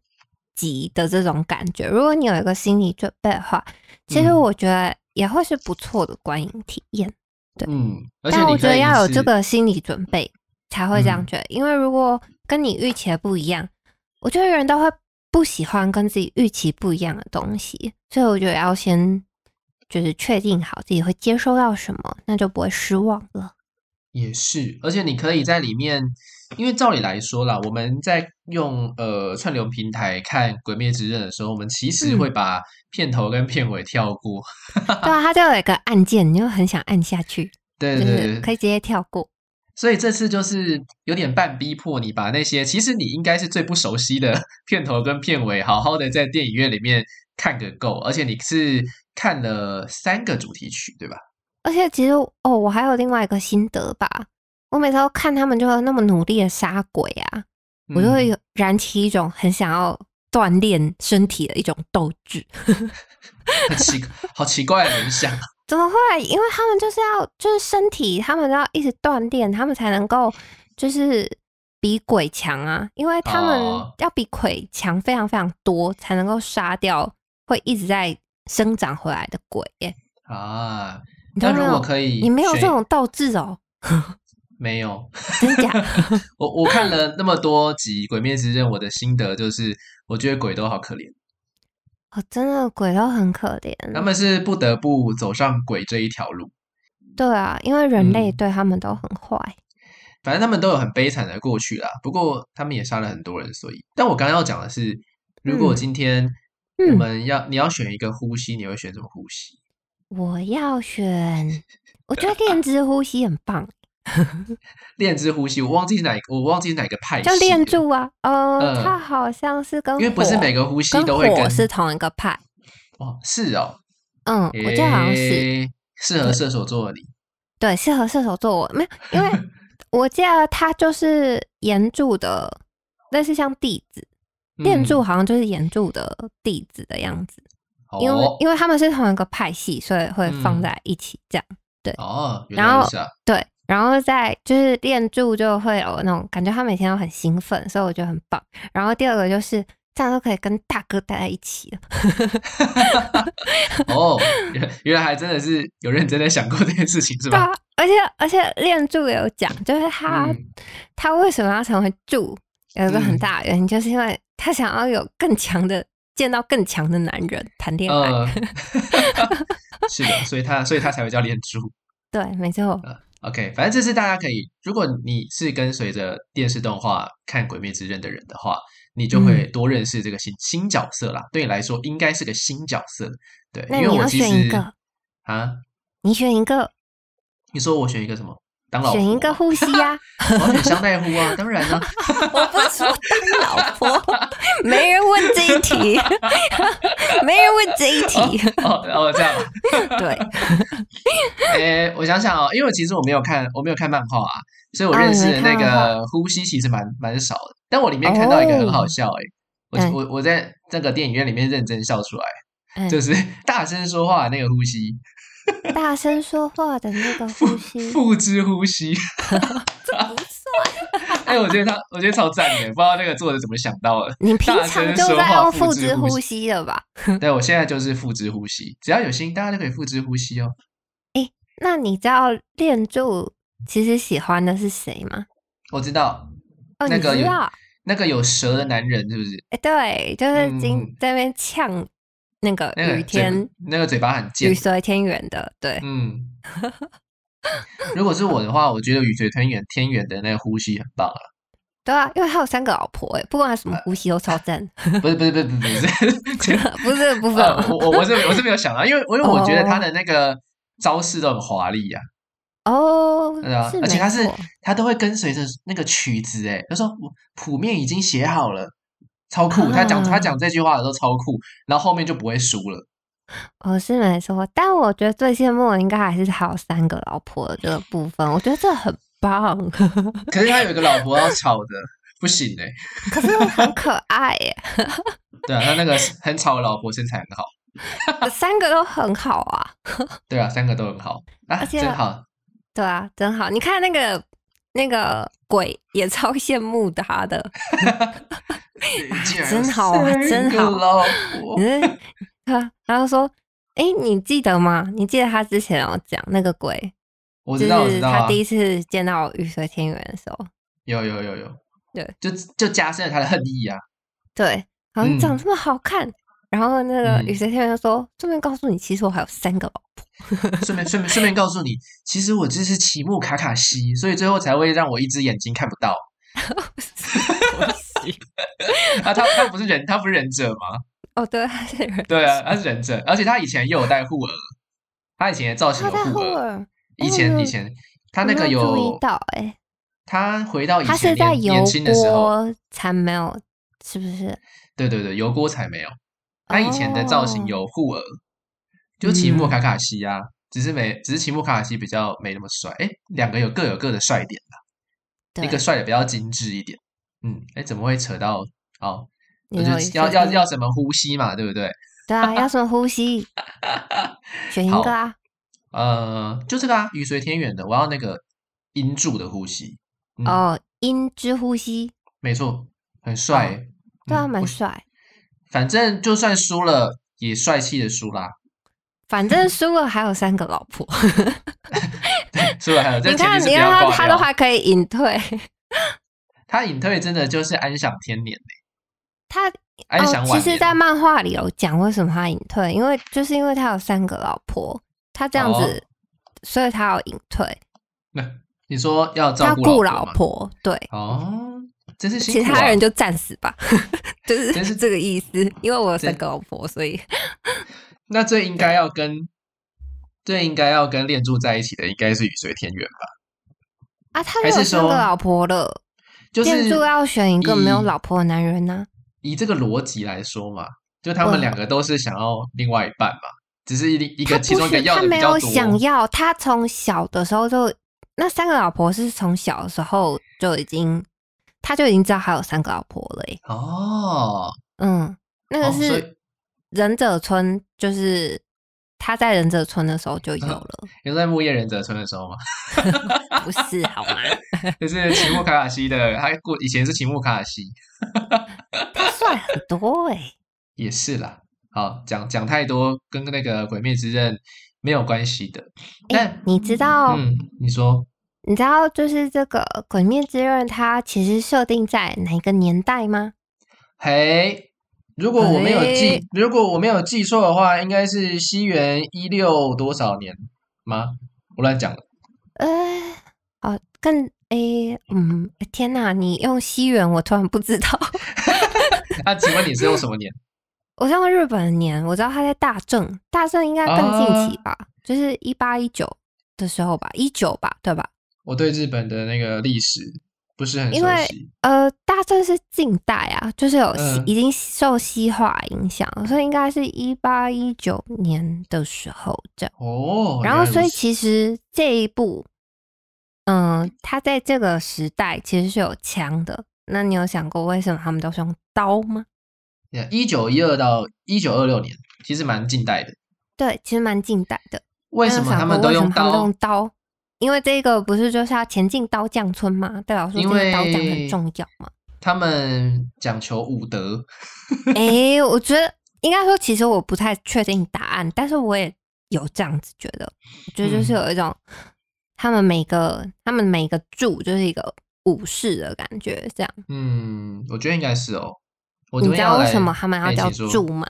[SPEAKER 1] 级的这种感觉。如果你有一个心理准备的话，其实
[SPEAKER 2] 嗯
[SPEAKER 1] 我觉得也会是不错的观影体验。
[SPEAKER 2] 嗯，而且
[SPEAKER 1] 但
[SPEAKER 2] 你
[SPEAKER 1] 我觉
[SPEAKER 2] 可
[SPEAKER 1] 得
[SPEAKER 2] 以
[SPEAKER 1] 要有
[SPEAKER 2] 是
[SPEAKER 1] 这个心理准备才会这样
[SPEAKER 2] 嗯
[SPEAKER 1] 觉得，因为如果跟你预期的不一样，我觉得人都会不喜欢跟自己预期不一样的东西，所以我觉得要先就是确定好自己会接收到什么，那就不会失望 了。
[SPEAKER 2] 也是，而且你可以在里面，因为照理来说啦，我们在用呃串流平台看《鬼灭之刃》的时候，我们其
[SPEAKER 1] 嗯
[SPEAKER 2] 实会把片头跟片尾跳过。
[SPEAKER 1] 对啊，它就有一个按键，你就很想按下去，
[SPEAKER 2] 对
[SPEAKER 1] 就
[SPEAKER 2] 对对
[SPEAKER 1] 是可以直接跳过。
[SPEAKER 2] 所以这次就是有点半逼迫你把那些其实你应该是最不熟悉的 片头跟片尾，好好的在电影院里面看个够。而且你是看了三个主题曲，对吧？
[SPEAKER 1] 而且其实哦，我还有另外一个心得吧，我每次都看他们就那么努力的杀鬼啊，我就会
[SPEAKER 2] 嗯
[SPEAKER 1] 有燃起一种很想要锻炼身体的一种斗志。
[SPEAKER 2] 很奇 好奇怪的联想。
[SPEAKER 1] 怎么会？因为他们就是要，就是身体，他们都要一直锻炼，他们才能够就是比鬼强啊。因为他们
[SPEAKER 2] 哦
[SPEAKER 1] 要比鬼强非常非常多，才能够杀掉会一直在生长回来的鬼耶。
[SPEAKER 2] 啊，
[SPEAKER 1] 你都
[SPEAKER 2] 那
[SPEAKER 1] 没
[SPEAKER 2] 如果
[SPEAKER 1] 有，
[SPEAKER 2] 可以选，
[SPEAKER 1] 你没有这种斗志哦，
[SPEAKER 2] 没有，
[SPEAKER 1] 真假？
[SPEAKER 2] 我我看了那么多集《鬼灭之刃》，我的心得就是，我觉得鬼都好可怜，
[SPEAKER 1] 哦，真的鬼都很可怜。
[SPEAKER 2] 他们是不得不走上鬼这一条路。
[SPEAKER 1] 对啊，因为人类
[SPEAKER 2] 嗯
[SPEAKER 1] 对他们都很坏。
[SPEAKER 2] 反正他们都有很悲惨的过去啦，不过他们也杀了很多人，所以。但我刚刚要讲的是，如果
[SPEAKER 1] 嗯
[SPEAKER 2] 今天我
[SPEAKER 1] 嗯
[SPEAKER 2] 们要、你要选一个呼吸，你会选什么呼吸？
[SPEAKER 1] 我要 选，我觉得练之呼吸很棒，
[SPEAKER 2] 练之呼吸，我忘记是哪一个，我忘记是哪个派系
[SPEAKER 1] 叫
[SPEAKER 2] 了，
[SPEAKER 1] 练住啊。
[SPEAKER 2] 嗯
[SPEAKER 1] 呃，它好像是跟
[SPEAKER 2] 因为不是
[SPEAKER 1] 火
[SPEAKER 2] 每个呼吸
[SPEAKER 1] 跟
[SPEAKER 2] 都会跟
[SPEAKER 1] 火是同一个派。
[SPEAKER 2] 哦，是哦，
[SPEAKER 1] 嗯，我觉得好像是
[SPEAKER 2] 诶适合射手座的你。
[SPEAKER 1] 对，适合射手座。我没有，因 为我记得它就是岩柱的，类似像弟子，练
[SPEAKER 2] 嗯
[SPEAKER 1] 柱好像就是岩柱的弟子的样子。因为
[SPEAKER 2] 哦
[SPEAKER 1] 因为他们是同一个派系，所以会
[SPEAKER 2] 嗯
[SPEAKER 1] 放在一起这样。
[SPEAKER 2] 哦，原
[SPEAKER 1] 然
[SPEAKER 2] 来如
[SPEAKER 1] 后
[SPEAKER 2] 此啊，
[SPEAKER 1] 对，然后再就是练柱就会有那种感觉，他每天都很兴奋，所以我觉得很棒。然后第二个就是这样都可以跟大哥待在一起了，
[SPEAKER 2] 哦，原原来还真的是有认真的想过这件事情，是
[SPEAKER 1] 对
[SPEAKER 2] 吧？
[SPEAKER 1] 啊，而且而且练柱也有讲，就是他、
[SPEAKER 2] 嗯
[SPEAKER 1] 他为什么要成为柱，有一个很
[SPEAKER 2] 嗯
[SPEAKER 1] 大的原因，就是因为他想要有更强的见到更强的男人谈恋爱。
[SPEAKER 2] 呃， 是的，所以他所以他才会叫恋猪。
[SPEAKER 1] 对，没错，
[SPEAKER 2] OK，反正这是大家可以，如果你是跟随着电视动画看《鬼灭之刃》的人的话，你就会
[SPEAKER 1] 嗯
[SPEAKER 2] 多认识这个新新角色啦。对你来说，应该是个新角色。对，
[SPEAKER 1] 那
[SPEAKER 2] 因为
[SPEAKER 1] 你
[SPEAKER 2] 我
[SPEAKER 1] 要
[SPEAKER 2] 其
[SPEAKER 1] 选一
[SPEAKER 2] 实
[SPEAKER 1] 个
[SPEAKER 2] 啊，
[SPEAKER 1] 你选一个，
[SPEAKER 2] 你说我选一个什么？当老
[SPEAKER 1] 选
[SPEAKER 2] 婆
[SPEAKER 1] 一个
[SPEAKER 2] 吗，
[SPEAKER 1] 呼吸呀、
[SPEAKER 2] 我要选香奈乎啊，当然 啦、
[SPEAKER 1] 我不是说当老婆， 没人问这一题， 没人问这一 题。
[SPEAKER 2] 哦哦，这样啊，
[SPEAKER 1] 对，
[SPEAKER 2] 诶、我想想哦，因为其实我没有看，我没有看漫画啊，所以我
[SPEAKER 1] 哦
[SPEAKER 2] 认
[SPEAKER 1] 你
[SPEAKER 2] 识
[SPEAKER 1] 没
[SPEAKER 2] 的那
[SPEAKER 1] 看漫
[SPEAKER 2] 个呼吸其实蛮蛮少的。但我里面看到一个很好
[SPEAKER 1] 哦
[SPEAKER 2] 笑诶、
[SPEAKER 1] 嗯
[SPEAKER 2] 我我我在那个电影院里面认真笑出来，
[SPEAKER 1] 嗯
[SPEAKER 2] 就是 大声说话的那个呼吸，
[SPEAKER 1] 大声说话的那个呼 吸，
[SPEAKER 2] 腹之呼 吸。 哎、我觉得他，我觉得超赞的，不知道那个作者怎么想到的。
[SPEAKER 1] 你平常就在用腹直呼吸了吧？
[SPEAKER 2] 对我现在就是腹之呼吸，只要有心，大家都可以腹之呼吸哦。
[SPEAKER 1] 那你知道练柱其实喜欢的是谁吗？
[SPEAKER 2] 我知道
[SPEAKER 1] 哦，
[SPEAKER 2] 那
[SPEAKER 1] 你
[SPEAKER 2] 个
[SPEAKER 1] 知
[SPEAKER 2] 有
[SPEAKER 1] 道？
[SPEAKER 2] 那个有蛇的男人是不是？
[SPEAKER 1] 哎，对，就是
[SPEAKER 2] 嗯
[SPEAKER 1] 今在那边呛那个
[SPEAKER 2] 那个
[SPEAKER 1] 雨
[SPEAKER 2] 嘴
[SPEAKER 1] 天
[SPEAKER 2] 那个嘴巴很
[SPEAKER 1] 雨
[SPEAKER 2] 贱，
[SPEAKER 1] 随天元的，对，
[SPEAKER 2] 嗯，如果是我的话，我觉得雨水天远天远的那个呼吸很棒啊！
[SPEAKER 1] 对啊，因为他有三个老婆，哎，不管他什么呼吸都超 赞，
[SPEAKER 2] 不是不是不是不是不是，
[SPEAKER 1] 不是这个部分
[SPEAKER 2] 呃
[SPEAKER 1] 吗。
[SPEAKER 2] 我我我是我是没有想到，因为因为我觉得他的那个招式都很华丽呀，
[SPEAKER 1] 哦
[SPEAKER 2] 对啊，，而且他是他都会跟随着那个曲子，哎，他说我谱面已经写好了，超酷！他讲他
[SPEAKER 1] 啊
[SPEAKER 2] 讲这句话的时候超酷，然后后面就不会输了。
[SPEAKER 1] 我哦是没错，但我觉得最羡慕的应该还是他有三个老婆的这个部分，我觉得这很棒，
[SPEAKER 2] 可是他有一个老婆要吵的，不行哎，
[SPEAKER 1] 可是很可爱耶。
[SPEAKER 2] 对啊，他那个很吵的老婆身材很好，
[SPEAKER 1] 三个都很好啊，
[SPEAKER 2] 对啊，三个都很好啊，
[SPEAKER 1] 而且
[SPEAKER 2] 真好。
[SPEAKER 1] 对啊，真好。你看那个那个鬼也超羡慕他的，真好啊真好
[SPEAKER 2] 好。
[SPEAKER 1] 你是他，然后说，哎、你记得吗？你记得他之前有讲那个鬼，
[SPEAKER 2] 我
[SPEAKER 1] 就
[SPEAKER 2] 知道，我知
[SPEAKER 1] 是
[SPEAKER 2] 道
[SPEAKER 1] 他
[SPEAKER 2] 啊
[SPEAKER 1] 第，一次见到雨水天元的时候，
[SPEAKER 2] 有有有有，
[SPEAKER 1] 对，
[SPEAKER 2] 就就加深了他的恨意啊。
[SPEAKER 1] 对，好像
[SPEAKER 2] 嗯
[SPEAKER 1] 长这么好看。然后那个
[SPEAKER 2] 嗯
[SPEAKER 1] 雨神天元就说：“顺便告诉你，其实我还有三个宝宝。
[SPEAKER 2] 顺便顺便顺便告诉你，其实我这是奇木卡卡西，所以最后才会让我一只眼睛看不到。啊，他他不是忍，他不是忍者吗？”
[SPEAKER 1] 哦，对，他是人，
[SPEAKER 2] 对啊，他是忍者，而且他以前也有戴护耳，他以前的造型
[SPEAKER 1] 他
[SPEAKER 2] 有
[SPEAKER 1] 在
[SPEAKER 2] 护
[SPEAKER 1] 后
[SPEAKER 2] 耳。
[SPEAKER 1] 耳，
[SPEAKER 2] 以
[SPEAKER 1] 哎我
[SPEAKER 2] 前
[SPEAKER 1] 没
[SPEAKER 2] 以
[SPEAKER 1] 有
[SPEAKER 2] 前他
[SPEAKER 1] 我
[SPEAKER 2] 那
[SPEAKER 1] 没
[SPEAKER 2] 个
[SPEAKER 1] 有注意
[SPEAKER 2] 有
[SPEAKER 1] 到哎
[SPEAKER 2] 他回到以
[SPEAKER 1] 他是
[SPEAKER 2] 前
[SPEAKER 1] 在
[SPEAKER 2] 年
[SPEAKER 1] 油
[SPEAKER 2] 年轻的时候，
[SPEAKER 1] 锅才没有，是不是？
[SPEAKER 2] 对对对，油锅才没有。他以前的造型
[SPEAKER 1] 哦
[SPEAKER 2] 有护耳，就奇莫
[SPEAKER 1] 嗯
[SPEAKER 2] 卡卡西啊，只是没，只是奇莫卡卡西比较没那么帅。哎，两个有各有各的帅点啦，
[SPEAKER 1] 对
[SPEAKER 2] 一个帅的比较精致一点。嗯，哎，怎么会扯到哦？
[SPEAKER 1] 你
[SPEAKER 2] 就
[SPEAKER 1] 有
[SPEAKER 2] 是
[SPEAKER 1] 一
[SPEAKER 2] 要
[SPEAKER 1] 些
[SPEAKER 2] 要
[SPEAKER 1] 注意
[SPEAKER 2] 要什么呼吸嘛，对不对？
[SPEAKER 1] 对啊，要什么呼 吸？选一
[SPEAKER 2] 好
[SPEAKER 1] 个啊，
[SPEAKER 2] 呃，就这个啊，雨随天远的，我要那个音柱的呼吸。嗯，
[SPEAKER 1] 哦，音之呼吸，
[SPEAKER 2] 没错，很帅欸。
[SPEAKER 1] 对啊，
[SPEAKER 2] 嗯
[SPEAKER 1] 蛮
[SPEAKER 2] 我
[SPEAKER 1] 帅。
[SPEAKER 2] 反正就算输了，也帅气的输啦。
[SPEAKER 1] 反正输了还有三个老婆，
[SPEAKER 2] 输了还有， 这
[SPEAKER 1] 你
[SPEAKER 2] 前提
[SPEAKER 1] 看，
[SPEAKER 2] 是
[SPEAKER 1] 你
[SPEAKER 2] 不
[SPEAKER 1] 看
[SPEAKER 2] 要
[SPEAKER 1] 他，
[SPEAKER 2] 挂
[SPEAKER 1] 他
[SPEAKER 2] 掉
[SPEAKER 1] 都还可以隐退，
[SPEAKER 2] 他隐退真的就是安享天年欸
[SPEAKER 1] 他
[SPEAKER 2] 安享
[SPEAKER 1] 哦，
[SPEAKER 2] 晚
[SPEAKER 1] 其
[SPEAKER 2] 年。
[SPEAKER 1] 实，在漫画里有讲为什么他隐退，因为就是因为他有三个老婆，他这样
[SPEAKER 2] 哦
[SPEAKER 1] 子，所以他要隐退，
[SPEAKER 2] 你说要
[SPEAKER 1] 他
[SPEAKER 2] 照
[SPEAKER 1] 要
[SPEAKER 2] 顾
[SPEAKER 1] 顾
[SPEAKER 2] 老
[SPEAKER 1] 老
[SPEAKER 2] 吗
[SPEAKER 1] 婆，对，
[SPEAKER 2] 哦，真是辛
[SPEAKER 1] 其
[SPEAKER 2] 苦、啊。
[SPEAKER 1] 他人就战死吧，就是
[SPEAKER 2] 真是嗯
[SPEAKER 1] 这个意思。因为我有
[SPEAKER 2] 真
[SPEAKER 1] 三个老婆，所以
[SPEAKER 2] 那最应该要跟最应该要跟恋柱在一起的，应该是雨随天元吧？
[SPEAKER 1] 啊，他
[SPEAKER 2] 还
[SPEAKER 1] 都有
[SPEAKER 2] 是
[SPEAKER 1] 三个
[SPEAKER 2] 说
[SPEAKER 1] 老婆了，
[SPEAKER 2] 就是
[SPEAKER 1] 店主要选一个没有老婆的男人呢、
[SPEAKER 2] 以这个逻辑来说嘛，就他们
[SPEAKER 1] 嗯
[SPEAKER 2] 两个都是想要另外一半嘛，只是一一
[SPEAKER 1] 他
[SPEAKER 2] 个其
[SPEAKER 1] 不
[SPEAKER 2] 中一个
[SPEAKER 1] 是
[SPEAKER 2] 要
[SPEAKER 1] 他
[SPEAKER 2] 的比
[SPEAKER 1] 没
[SPEAKER 2] 较
[SPEAKER 1] 有
[SPEAKER 2] 多。
[SPEAKER 1] 想要，他从小的时候就那三个老婆是从小的时候就已经，他就已经知道他有三个老婆了耶、欸
[SPEAKER 2] 哦，
[SPEAKER 1] 嗯，那
[SPEAKER 2] 哦
[SPEAKER 1] 个
[SPEAKER 2] 所
[SPEAKER 1] 是
[SPEAKER 2] 以
[SPEAKER 1] 忍者村，就是他在忍者村的时候就
[SPEAKER 2] 嗯
[SPEAKER 1] 有了，
[SPEAKER 2] 你说在《木叶忍者村》的时候嘛，
[SPEAKER 1] 不是好吗？
[SPEAKER 2] 就是奇木卡卡西的，他过以前是奇木卡卡西，
[SPEAKER 1] 他帅很多哎、
[SPEAKER 2] 也是啦。好，讲讲太多跟那个《鬼灭之刃》没有关系的。
[SPEAKER 1] 哎、
[SPEAKER 2] 但
[SPEAKER 1] 你知道、
[SPEAKER 2] 嗯，你说
[SPEAKER 1] 你知道就是这个《鬼灭之刃》它其实设定在哪一个年代吗？
[SPEAKER 2] 嘿，如果我没有记，
[SPEAKER 1] 嘿
[SPEAKER 2] 如果我没有记错的话，应该是西元一六多少年吗？我乱讲了，
[SPEAKER 1] 呃，哦，更诶、嗯，天哪！你用西元，我突然不知道。
[SPEAKER 2] 那、请问你是用什么年？
[SPEAKER 1] 我是用日本的年，我知道他在大正，大正应该更
[SPEAKER 2] 哦
[SPEAKER 1] 近期吧，就是一八一九的时候吧，一九吧，对吧？
[SPEAKER 2] 我对日本的那个历史不是很
[SPEAKER 1] 因
[SPEAKER 2] 熟
[SPEAKER 1] 为
[SPEAKER 2] 悉。
[SPEAKER 1] 呃，大正是近代啊，就是有西、
[SPEAKER 2] 嗯
[SPEAKER 1] 已经受西化影响，所以应该是一八一九年的时候这样。
[SPEAKER 2] 哦，
[SPEAKER 1] 然后，
[SPEAKER 2] 原来如
[SPEAKER 1] 所以
[SPEAKER 2] 此
[SPEAKER 1] 其实这一部，嗯，它在这个时代其实是有枪的。那你有想过为什么他们都是用刀吗？
[SPEAKER 2] 一九一二到一九二六年，其实蛮近代的。
[SPEAKER 1] 对，其实蛮近代的。
[SPEAKER 2] 为
[SPEAKER 1] 那
[SPEAKER 2] 什
[SPEAKER 1] 有
[SPEAKER 2] 么
[SPEAKER 1] 想
[SPEAKER 2] 他们
[SPEAKER 1] 过
[SPEAKER 2] 都
[SPEAKER 1] 为什
[SPEAKER 2] 用
[SPEAKER 1] 么他们
[SPEAKER 2] 刀？
[SPEAKER 1] 用刀？因为这个不是就是要前进刀匠村吗？代表说
[SPEAKER 2] 因
[SPEAKER 1] 这个刀匠
[SPEAKER 2] 为
[SPEAKER 1] 很重要嘛。
[SPEAKER 2] 他们讲求武德，
[SPEAKER 1] 诶、我觉得应该说，其实我不太确定答案，但是我也有这样子觉得，我觉得就是
[SPEAKER 2] 嗯
[SPEAKER 1] 有一种、他们每个他们每个柱就是一个武士的感觉，这样。
[SPEAKER 2] 嗯，我觉得应该是哦。我这
[SPEAKER 1] 你
[SPEAKER 2] 边
[SPEAKER 1] 知道
[SPEAKER 2] 要
[SPEAKER 1] 为
[SPEAKER 2] 来
[SPEAKER 1] 什么他们要
[SPEAKER 2] 哎
[SPEAKER 1] 叫
[SPEAKER 2] 请说
[SPEAKER 1] 柱吗？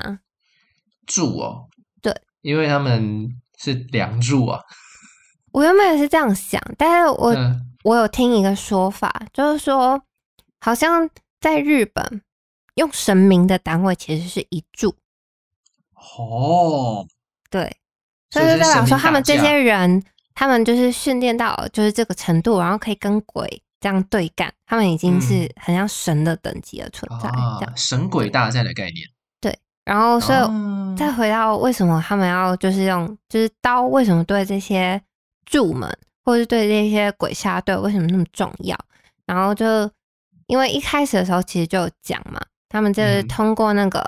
[SPEAKER 2] 柱哦？
[SPEAKER 1] 对，
[SPEAKER 2] 因为他们是梁柱啊。
[SPEAKER 1] 我原本也是这样想，但是我、
[SPEAKER 2] 嗯，
[SPEAKER 1] 我有听一个说法，就是说，好像在日本用神明的单位其实是一柱，
[SPEAKER 2] 哦，
[SPEAKER 1] 对，所
[SPEAKER 2] 所以
[SPEAKER 1] 以
[SPEAKER 2] 是
[SPEAKER 1] 就代
[SPEAKER 2] 神
[SPEAKER 1] 表
[SPEAKER 2] 明
[SPEAKER 1] 说他
[SPEAKER 2] 打
[SPEAKER 1] 们这
[SPEAKER 2] 架
[SPEAKER 1] 些人，他们就是训练到就是这个程度，然后可以跟鬼这样对干，他们已经是很像神的等级的存在，这样。
[SPEAKER 2] 嗯啊，神鬼大战的概念。
[SPEAKER 1] 然后所以
[SPEAKER 2] 哦
[SPEAKER 1] 再回到为什么他们要就是用就是刀，为什么对这些柱们或是对这些鬼杀队为什么那么重要？然后就因为一开始的时候其实就有讲嘛，他们就是
[SPEAKER 2] 嗯
[SPEAKER 1] 通过那个、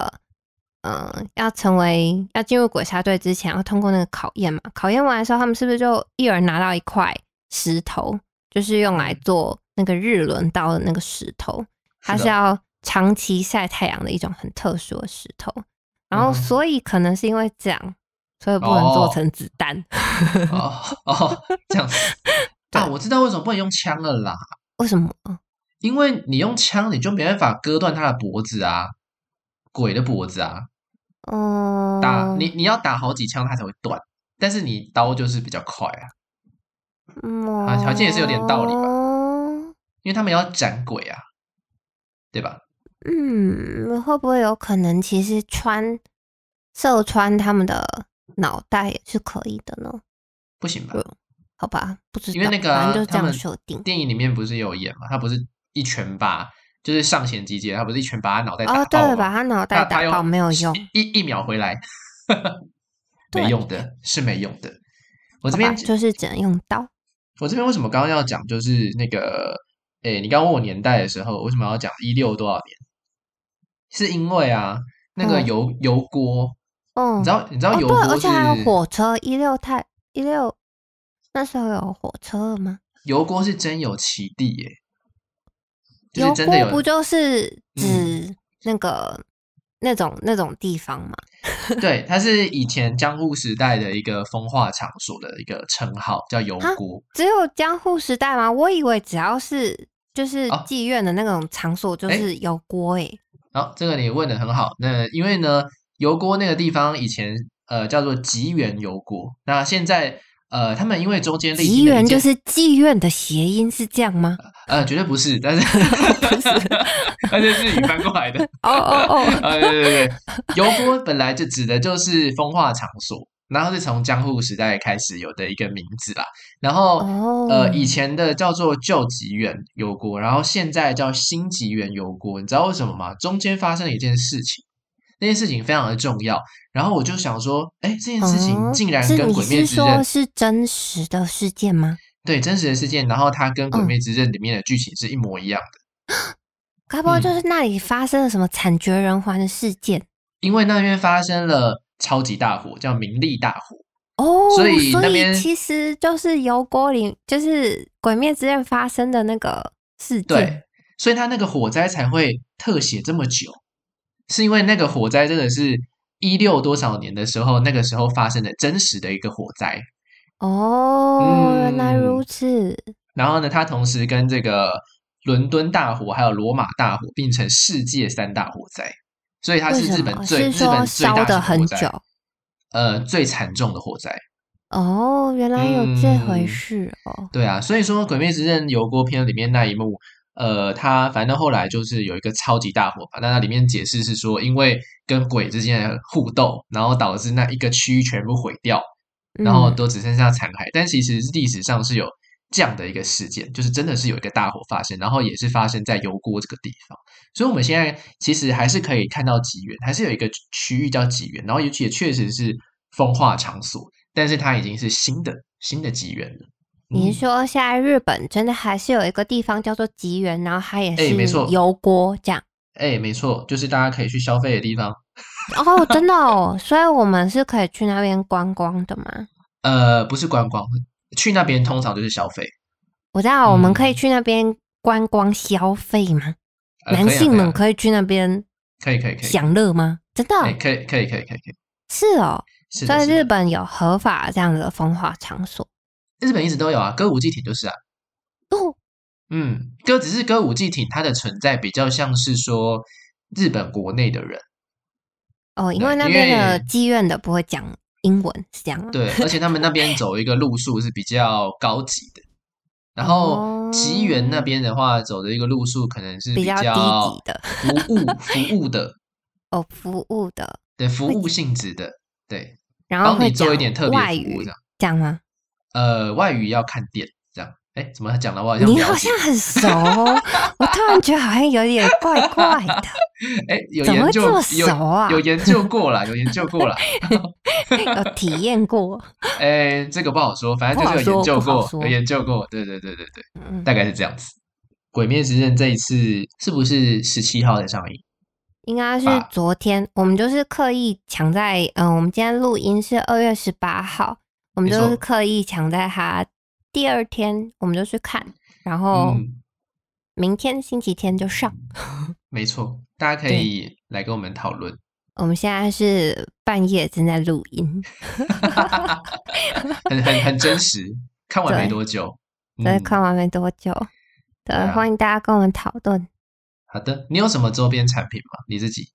[SPEAKER 1] 嗯，要成为要进入鬼杀队之前，要通过那个考验嘛。考验完的时候，他们是不是就一人拿到一块石头，就是用
[SPEAKER 2] 嗯
[SPEAKER 1] 来做那个日轮刀的那个石头？它是
[SPEAKER 2] 的
[SPEAKER 1] 要长期晒太阳的一种很特殊的石头。然后，
[SPEAKER 2] 嗯
[SPEAKER 1] 所以可能是因为这样，所以不能做
[SPEAKER 2] 哦
[SPEAKER 1] 成子弹。
[SPEAKER 2] 哦哦，这样子。但我知道为什么不能用枪了啦，
[SPEAKER 1] 为什么？
[SPEAKER 2] 因为你用枪你就没办法割断他的脖子啊，鬼的脖子啊，
[SPEAKER 1] 哦、
[SPEAKER 2] 打你你要打好几枪它才会断，但是你刀就是比较快啊，
[SPEAKER 1] 嗯，
[SPEAKER 2] 好像也是有点道理吧
[SPEAKER 1] 吧。
[SPEAKER 2] 因为他们要斩鬼啊，对吧？
[SPEAKER 1] 嗯，会不会有可能其实穿射穿他们的脑袋也是可以的呢？
[SPEAKER 2] 不行吧？
[SPEAKER 1] 好吧，不知道，
[SPEAKER 2] 因为那个
[SPEAKER 1] 反正
[SPEAKER 2] 啊、
[SPEAKER 1] 就是这
[SPEAKER 2] 他
[SPEAKER 1] 样
[SPEAKER 2] 们
[SPEAKER 1] 设定。
[SPEAKER 2] 电影里面不是有演嘛，他不是一拳把就是上弦集结，他不是一拳把他脑袋打
[SPEAKER 1] 哦，
[SPEAKER 2] 爆
[SPEAKER 1] 对，
[SPEAKER 2] 吗
[SPEAKER 1] 把他脑
[SPEAKER 2] 他
[SPEAKER 1] 袋打爆没有用。
[SPEAKER 2] 一一一秒回 来，
[SPEAKER 1] 对
[SPEAKER 2] 没用的，是没用的。我
[SPEAKER 1] 好
[SPEAKER 2] 这
[SPEAKER 1] 吧，
[SPEAKER 2] 边
[SPEAKER 1] 就是只能用刀。
[SPEAKER 2] 我这边为什么刚刚要讲就是那个，诶，你刚刚问我年代的时候，为什么要讲一六多少年？是因为啊，那个
[SPEAKER 1] 嗯
[SPEAKER 2] 油、油锅，
[SPEAKER 1] 嗯，
[SPEAKER 2] 你知道你知道
[SPEAKER 1] 哦，
[SPEAKER 2] 油
[SPEAKER 1] 对，而
[SPEAKER 2] 锅是、
[SPEAKER 1] 且还有火车一六太一六，那时候有火车了吗？
[SPEAKER 2] 油锅是真有其地耶，就
[SPEAKER 1] 油
[SPEAKER 2] 是真的
[SPEAKER 1] 锅
[SPEAKER 2] 有
[SPEAKER 1] 不就是
[SPEAKER 2] 嗯
[SPEAKER 1] 指那个、那种那种地方吗？
[SPEAKER 2] 对，它是以前江户时代的一个风化场所的一个称号，叫油
[SPEAKER 1] 啊
[SPEAKER 2] 锅。
[SPEAKER 1] 只有江户时代吗？我以为只要是就是
[SPEAKER 2] 哦哎
[SPEAKER 1] 妓院的那种场所，就
[SPEAKER 2] 诶
[SPEAKER 1] 是油锅欸诶、
[SPEAKER 2] 好、这个你问的很好。那因为呢，油锅那个地方以前呃叫做吉原油锅，那现在呃他们因为中间历
[SPEAKER 1] 吉
[SPEAKER 2] 经了
[SPEAKER 1] 原
[SPEAKER 2] 一
[SPEAKER 1] 就
[SPEAKER 2] 件
[SPEAKER 1] 是妓院的谐音，是这样 吗？
[SPEAKER 2] 呃绝对不是，但是
[SPEAKER 1] 不 是
[SPEAKER 2] 而且是语翻过来的。
[SPEAKER 1] 哦哦哦，
[SPEAKER 2] 呃，对对对，油锅本来就指的就是风化场所，然后是从江户时代开始有的一个名字啦。然后、
[SPEAKER 1] 哦
[SPEAKER 2] 呃，以前的叫做旧吉原油锅，然后现在叫新吉原油锅，你知道为什么吗？中间发生了一件事情，那件事情非常的重要。然后我就想说，哎，这件事情
[SPEAKER 1] 哦
[SPEAKER 2] 竟然
[SPEAKER 1] 是
[SPEAKER 2] 跟《
[SPEAKER 1] 你
[SPEAKER 2] 鬼灭
[SPEAKER 1] 是
[SPEAKER 2] 之刃
[SPEAKER 1] 说》是真实的事件吗？
[SPEAKER 2] 对真实的事件，然后它跟《鬼
[SPEAKER 1] 嗯
[SPEAKER 2] 灭之刃》里面的剧情是一模一样的。
[SPEAKER 1] 该不会
[SPEAKER 2] 嗯
[SPEAKER 1] 就是那里发生了什么惨绝人寰的事件？
[SPEAKER 2] 因为那边发生了超级大火，叫明利大火。
[SPEAKER 1] 哦，
[SPEAKER 2] 所以那边
[SPEAKER 1] 其实就是油锅里，就是《鬼灭之刃》发生的那个事件。
[SPEAKER 2] 对，所以他那个火灾才会特写这么久，是因为那个火灾真的是一六多少年的时候，那个时候发生的真实的一个火灾。
[SPEAKER 1] 哦，原来
[SPEAKER 2] 嗯
[SPEAKER 1] 如此。
[SPEAKER 2] 然后呢，它同时跟这个伦敦大火还有罗马大火并成世界三大火灾，所以它
[SPEAKER 1] 为
[SPEAKER 2] 是
[SPEAKER 1] 什
[SPEAKER 2] 日
[SPEAKER 1] 么
[SPEAKER 2] 本最
[SPEAKER 1] 是
[SPEAKER 2] 日
[SPEAKER 1] 说
[SPEAKER 2] 本最
[SPEAKER 1] 烧
[SPEAKER 2] 大
[SPEAKER 1] 的
[SPEAKER 2] 型火
[SPEAKER 1] 很
[SPEAKER 2] 灾，
[SPEAKER 1] 久？
[SPEAKER 2] 呃，最惨重的火灾。
[SPEAKER 1] 哦，原来有这回
[SPEAKER 2] 嗯
[SPEAKER 1] 事哦。
[SPEAKER 2] 对啊，所以说《鬼灭之刃》油锅篇里面那一幕，呃，他反正后来就是有一个超级大火嘛，那它里面解释是说，因为跟鬼之间的互斗，然后导致那一个区域全部毁掉，然后
[SPEAKER 1] 嗯
[SPEAKER 2] 都只剩下残骸。但其实历史上是有这样的一个事件，就是真的是有一个大火发生，然后也是发生在油锅这个地方。所以我们现在其实还是可以看到吉原，还是有一个区域叫吉原，然后也也确实是风化场所，但是它已经是新的新的吉原了。
[SPEAKER 1] 你
[SPEAKER 2] 嗯
[SPEAKER 1] 是说现在日本真的还是有一个地方叫做吉原，然后它也
[SPEAKER 2] 哎没
[SPEAKER 1] 是
[SPEAKER 2] 错
[SPEAKER 1] 油锅这样。
[SPEAKER 2] 哎，没错，就是大家可以去消费的地方。
[SPEAKER 1] 哦，真的哦，所以我们是可以去那边观光的嘛？
[SPEAKER 2] 呃，不是观光，去那边通常就是消费。
[SPEAKER 1] 我知道，我们可以
[SPEAKER 2] 嗯
[SPEAKER 1] 去那边观光消费吗？
[SPEAKER 2] 呃、
[SPEAKER 1] 男
[SPEAKER 2] 可以啊
[SPEAKER 1] 性们
[SPEAKER 2] 可
[SPEAKER 1] 可以去那边
[SPEAKER 2] 以啊可以可以可以，
[SPEAKER 1] 享乐吗？真的哦、
[SPEAKER 2] 哎、可以可以可以可以可以，
[SPEAKER 1] 是哦，
[SPEAKER 2] 是
[SPEAKER 1] 所
[SPEAKER 2] 的，
[SPEAKER 1] 以
[SPEAKER 2] 是
[SPEAKER 1] 日
[SPEAKER 2] 的
[SPEAKER 1] 本有合法这样的风化场所。
[SPEAKER 2] 日本一直都有啊，歌舞伎町就是啊。
[SPEAKER 1] 哦，
[SPEAKER 2] 嗯，歌只是歌舞伎町，它的存在比较像是说日本国内的人，
[SPEAKER 1] 哦，因
[SPEAKER 2] 对
[SPEAKER 1] 为那
[SPEAKER 2] 因
[SPEAKER 1] 边的
[SPEAKER 2] 为
[SPEAKER 1] 妓院的不会讲英文，是这样吗？
[SPEAKER 2] 对，而且他们那边走一个路数是比较高级的，然后吉原那
[SPEAKER 1] 哦
[SPEAKER 2] 边的话走的一个路数可能是
[SPEAKER 1] 比
[SPEAKER 2] 较
[SPEAKER 1] 较低级的
[SPEAKER 2] 服务服务的，
[SPEAKER 1] 哦，服务的，
[SPEAKER 2] 对，服务性质的，对，
[SPEAKER 1] 然后
[SPEAKER 2] 帮
[SPEAKER 1] 会
[SPEAKER 2] 你做一
[SPEAKER 1] 讲
[SPEAKER 2] 点特别
[SPEAKER 1] 外
[SPEAKER 2] 服务
[SPEAKER 1] 语
[SPEAKER 2] 这样。，
[SPEAKER 1] 这样吗？
[SPEAKER 2] 呃，外语要看店这样。哎，怎么讲的？我好像
[SPEAKER 1] 你
[SPEAKER 2] 了
[SPEAKER 1] 好
[SPEAKER 2] 解
[SPEAKER 1] 像很熟哦，我突然觉得好像有点怪怪的，
[SPEAKER 2] 哎， 有
[SPEAKER 1] 怎么
[SPEAKER 2] 研
[SPEAKER 1] 会
[SPEAKER 2] 究
[SPEAKER 1] 这么熟
[SPEAKER 2] 有
[SPEAKER 1] 啊？
[SPEAKER 2] 有研究过啦，有研究过啦。
[SPEAKER 1] 有体验过，
[SPEAKER 2] 哎，这个不好说，反正就是有研究
[SPEAKER 1] 不好
[SPEAKER 2] 过，
[SPEAKER 1] 说不好说
[SPEAKER 2] 有研究过。对对对对对，
[SPEAKER 1] 嗯
[SPEAKER 2] 大概是这样子。《鬼灭之刃》这一次是不是十七号才上映？
[SPEAKER 1] 应该是
[SPEAKER 2] 吧
[SPEAKER 1] 昨天，我们就是刻意抢在，嗯，我们今天录音是二月十八号，我们
[SPEAKER 2] 没
[SPEAKER 1] 就是
[SPEAKER 2] 错
[SPEAKER 1] 刻意抢在它第二天，我们就去看，然后
[SPEAKER 2] 嗯，
[SPEAKER 1] 明天星期天就上。
[SPEAKER 2] 没错，大家可
[SPEAKER 1] 对
[SPEAKER 2] 以来跟我们讨论。
[SPEAKER 1] 我们现在是半夜正在录音，
[SPEAKER 2] 很很很真实。看完没
[SPEAKER 1] 对
[SPEAKER 2] 多久，
[SPEAKER 1] 所以
[SPEAKER 2] 嗯，
[SPEAKER 1] 看完没多久，对，
[SPEAKER 2] 对啊
[SPEAKER 1] 欢迎大家跟我们讨论。
[SPEAKER 2] 好的。你有什么周边产品吗？你自己？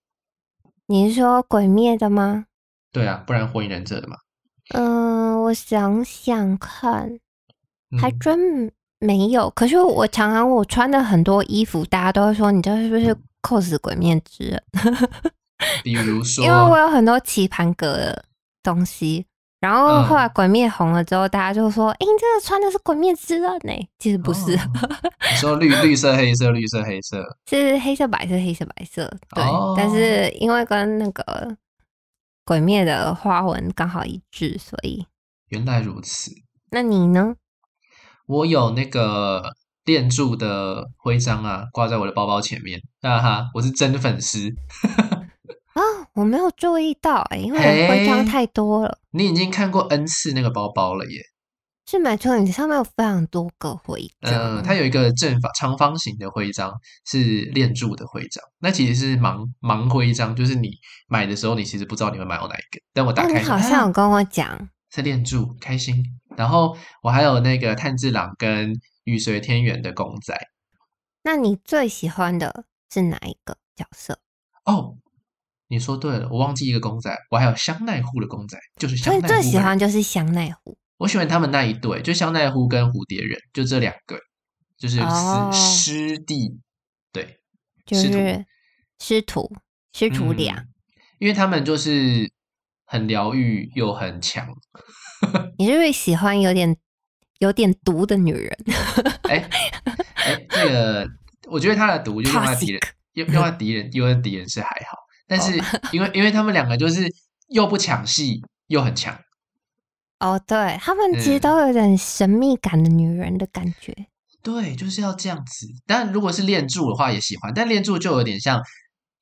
[SPEAKER 1] 你是说《鬼灭》的吗？
[SPEAKER 2] 对啊，不然《火影忍者》的嘛。
[SPEAKER 1] 嗯，我想想看，
[SPEAKER 2] 嗯
[SPEAKER 1] 还真没有。可是我常常我穿的很多衣服，大家都会说你这是不是
[SPEAKER 2] 嗯
[SPEAKER 1] cos 鬼面之刃？
[SPEAKER 2] 比如说，
[SPEAKER 1] 因为我有很多棋盘格的东西。然后
[SPEAKER 2] 嗯
[SPEAKER 1] 后来鬼灭红了之后，大家就说：“哎、你这个穿的是鬼灭之刃呢、其实不是，
[SPEAKER 2] 哦你说绿绿色、黑色、绿色、黑色，
[SPEAKER 1] 是黑色白色黑色白色。对，
[SPEAKER 2] 哦
[SPEAKER 1] 但是因为跟那个鬼灭的花纹刚好一致，所以
[SPEAKER 2] 原来如此。
[SPEAKER 1] 那你呢？
[SPEAKER 2] 我有那个练柱的徽章啊，挂在我的包包前面。哈哈，我是真粉丝。
[SPEAKER 1] 啊、我没有注意到、哎，因为我徽章
[SPEAKER 2] 嘿
[SPEAKER 1] 太多了。
[SPEAKER 2] 你已经看过 N 次那个包包了耶。
[SPEAKER 1] 是没错，你上面有非常多个徽章。啊
[SPEAKER 2] 嗯，它有一个正方长方形的徽章是练柱的徽章，那其实是盲盲徽章，就是你买的时候你其实不知道你会买到哪一个，但我打
[SPEAKER 1] 哦，
[SPEAKER 2] 开
[SPEAKER 1] 你
[SPEAKER 2] 说
[SPEAKER 1] 好像有
[SPEAKER 2] 啊
[SPEAKER 1] 跟我讲，
[SPEAKER 2] 是练柱，开心。然后我还有那个炭治郎跟雨随天元的公仔
[SPEAKER 1] 那你最喜欢的是哪一个角色？
[SPEAKER 2] 哦，你说对了，我忘记一个公仔，我还有香奈乎的公仔，就是
[SPEAKER 1] 所
[SPEAKER 2] 香
[SPEAKER 1] 以
[SPEAKER 2] 奈乎
[SPEAKER 1] 最喜
[SPEAKER 2] 本人
[SPEAKER 1] 欢就是香奈乎。
[SPEAKER 2] 我喜欢他们那一对，就香奈乎跟蝴蝶人，就这两个，就是师、
[SPEAKER 1] 哦
[SPEAKER 2] 师弟，对，
[SPEAKER 1] 就
[SPEAKER 2] 师徒
[SPEAKER 1] 是师徒，师徒俩。
[SPEAKER 2] 嗯因为他们就是很疗愈又很强。嗯
[SPEAKER 1] 你是不是喜欢有点有点毒的女人
[SPEAKER 2] 哎哎，这个我觉得他的毒就用在敌人
[SPEAKER 1] Toxic，哦
[SPEAKER 2] 用用在敌人用在敌人是还好，但是 因为因为他们两个就是又不抢戏又很强，
[SPEAKER 1] 哦，对他们其实
[SPEAKER 2] 嗯
[SPEAKER 1] 都有点神秘感的女人的感觉。
[SPEAKER 2] 对，就是要这样子。但如果是练柱的话也喜欢，但练柱就有点像。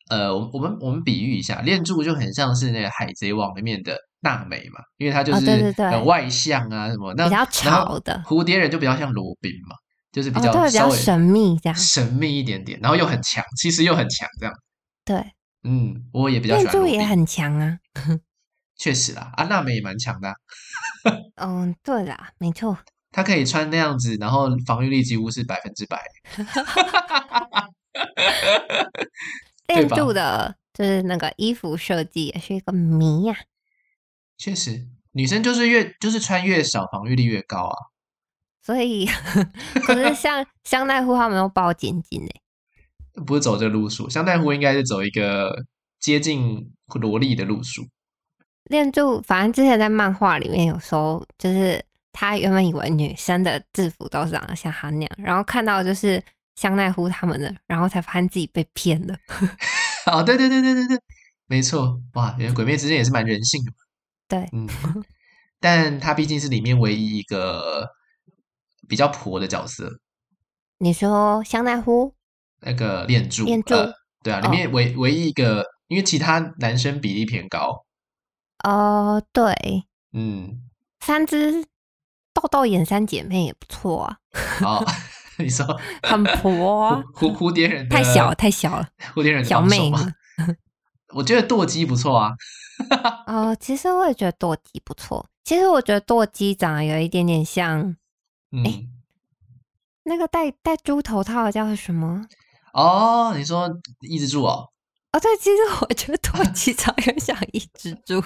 [SPEAKER 2] 呃，我们我们我们比喻一下，练柱就很像是那个《海贼王》里面的娜美嘛，因为她就
[SPEAKER 1] 哦
[SPEAKER 2] 是
[SPEAKER 1] 对对对
[SPEAKER 2] 很外向啊什么，那
[SPEAKER 1] 比较
[SPEAKER 2] 然后
[SPEAKER 1] 吵的
[SPEAKER 2] 蝴蝶人就比较像罗宾嘛，就是比
[SPEAKER 1] 哦，
[SPEAKER 2] 较
[SPEAKER 1] 对，比较
[SPEAKER 2] 稍微
[SPEAKER 1] 神秘这样。
[SPEAKER 2] 神秘一点点，然后又很强，其实又很强这样。
[SPEAKER 1] 对，
[SPEAKER 2] 嗯，我也比较喜
[SPEAKER 1] 念
[SPEAKER 2] 欢
[SPEAKER 1] 珠
[SPEAKER 2] 罗
[SPEAKER 1] 也
[SPEAKER 2] 宾
[SPEAKER 1] 很强啊。
[SPEAKER 2] 确实啦，安娜美也蛮强的啊、
[SPEAKER 1] 嗯，对啦，没错。
[SPEAKER 2] 她可以穿那样子，然后防御力几乎是百分之百。对
[SPEAKER 1] 练
[SPEAKER 2] 吧
[SPEAKER 1] 柱的，就是那个衣服设计也是一个谜呀、
[SPEAKER 2] 确实，女生就是越就是穿越少，防御力越高啊。
[SPEAKER 1] 所以，可是像香奈乎他们都包紧紧的，
[SPEAKER 2] 不是走这个路数，香奈乎应该是走一个接近萝莉的路数。
[SPEAKER 1] 练柱反正之前在漫画里面有说，就是他原本以为女生的制服都长得像他那样，然后看到就是香奈乎他们的，然后才发现自己被骗了。
[SPEAKER 2] 哦，对对对对对对，没错。哇，原来鬼灭之刃也是蛮人性的嘛。
[SPEAKER 1] 对，
[SPEAKER 2] 嗯，但她毕竟是里面唯一一个比较婆的角色。
[SPEAKER 1] 你说香奈乎
[SPEAKER 2] 那个练柱，
[SPEAKER 1] 练
[SPEAKER 2] 呃
[SPEAKER 1] 柱
[SPEAKER 2] 对啊，
[SPEAKER 1] 哦
[SPEAKER 2] 里面唯、唯一一个，因为其他男生比例偏高，
[SPEAKER 1] 哦，对，
[SPEAKER 2] 嗯，
[SPEAKER 1] 三只豆豆眼三姐妹也不错啊，
[SPEAKER 2] 好， 你说
[SPEAKER 1] 很婆啊、
[SPEAKER 2] 蝴蝴蝴蝶人的
[SPEAKER 1] 太小太小了，
[SPEAKER 2] 蝴蝶人的
[SPEAKER 1] 小
[SPEAKER 2] 防守
[SPEAKER 1] 妹
[SPEAKER 2] 吗
[SPEAKER 1] 呢？
[SPEAKER 2] 我觉得舵机不错啊，
[SPEAKER 1] 哦，其实我也觉得舵机不错。其实我觉得舵机长得有一点点像
[SPEAKER 2] 嗯，
[SPEAKER 1] 那个戴戴猪头套的叫什么？
[SPEAKER 2] 哦，你说一只柱哦，
[SPEAKER 1] 哦，对，其实我觉得 舵机长得有点像一只猪。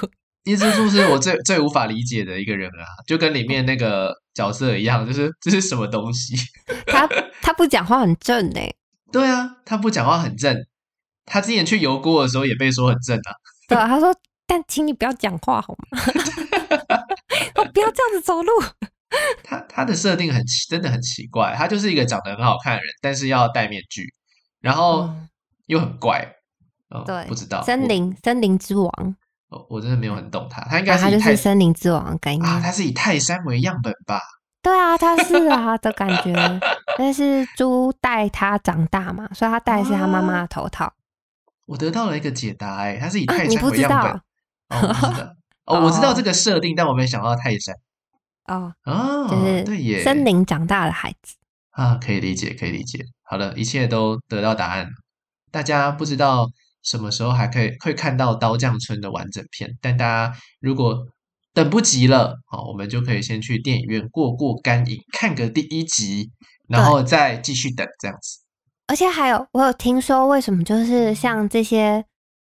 [SPEAKER 2] 一只柱是我最 最无法理解的一个人啊，就跟里面那个角色一样，就是这是什么东西？
[SPEAKER 1] 他他不讲话很正呢、
[SPEAKER 2] 对啊，他不讲话很正，他之前去油锅的时候也被说很正啊，
[SPEAKER 1] 对啊，他说：“但请你不要讲话好吗？ 我不要这样子走 路。
[SPEAKER 2] 他他的设定很奇，真的很奇怪，他就是一个长得很好看的人，但是要戴面具，然后
[SPEAKER 1] 嗯
[SPEAKER 2] 又很怪，嗯”
[SPEAKER 1] 对，
[SPEAKER 2] 不知道
[SPEAKER 1] 森，林森林之王，
[SPEAKER 2] 我我我真的没有很懂他，他应该
[SPEAKER 1] 然后他就
[SPEAKER 2] 是以
[SPEAKER 1] 是
[SPEAKER 2] 泰
[SPEAKER 1] 森林之王的概念。
[SPEAKER 2] 啊，他是以泰山为样本吧？
[SPEAKER 1] 对啊，他是啊的感觉，
[SPEAKER 2] 哦
[SPEAKER 1] 但是猪带他长大嘛，所以他戴的是他妈妈的头套。
[SPEAKER 2] 我得到了一个解答、欸，哎，它是以
[SPEAKER 1] 啊
[SPEAKER 2] 泰
[SPEAKER 1] 你
[SPEAKER 2] 山
[SPEAKER 1] 不
[SPEAKER 2] 为
[SPEAKER 1] 知
[SPEAKER 2] 样本。
[SPEAKER 1] 道
[SPEAKER 2] 哦，我不知 道，哦，我知道
[SPEAKER 1] 哦
[SPEAKER 2] 这个设定，但我没想到泰山。
[SPEAKER 1] 哦，
[SPEAKER 2] 哦，
[SPEAKER 1] 就是
[SPEAKER 2] 对耶，
[SPEAKER 1] 森林长大的孩子。
[SPEAKER 2] 啊，可以理解，可以理解。好了，一切都得到答案了。大家不知道什么时候还可以会看到刀匠村的完整片，但大家如果等不及了，好，我们就可以先去电影院过过干瘾，看个第一集，然后再继续等这样子。
[SPEAKER 1] 而且还有，我有听说为什么就是像这些，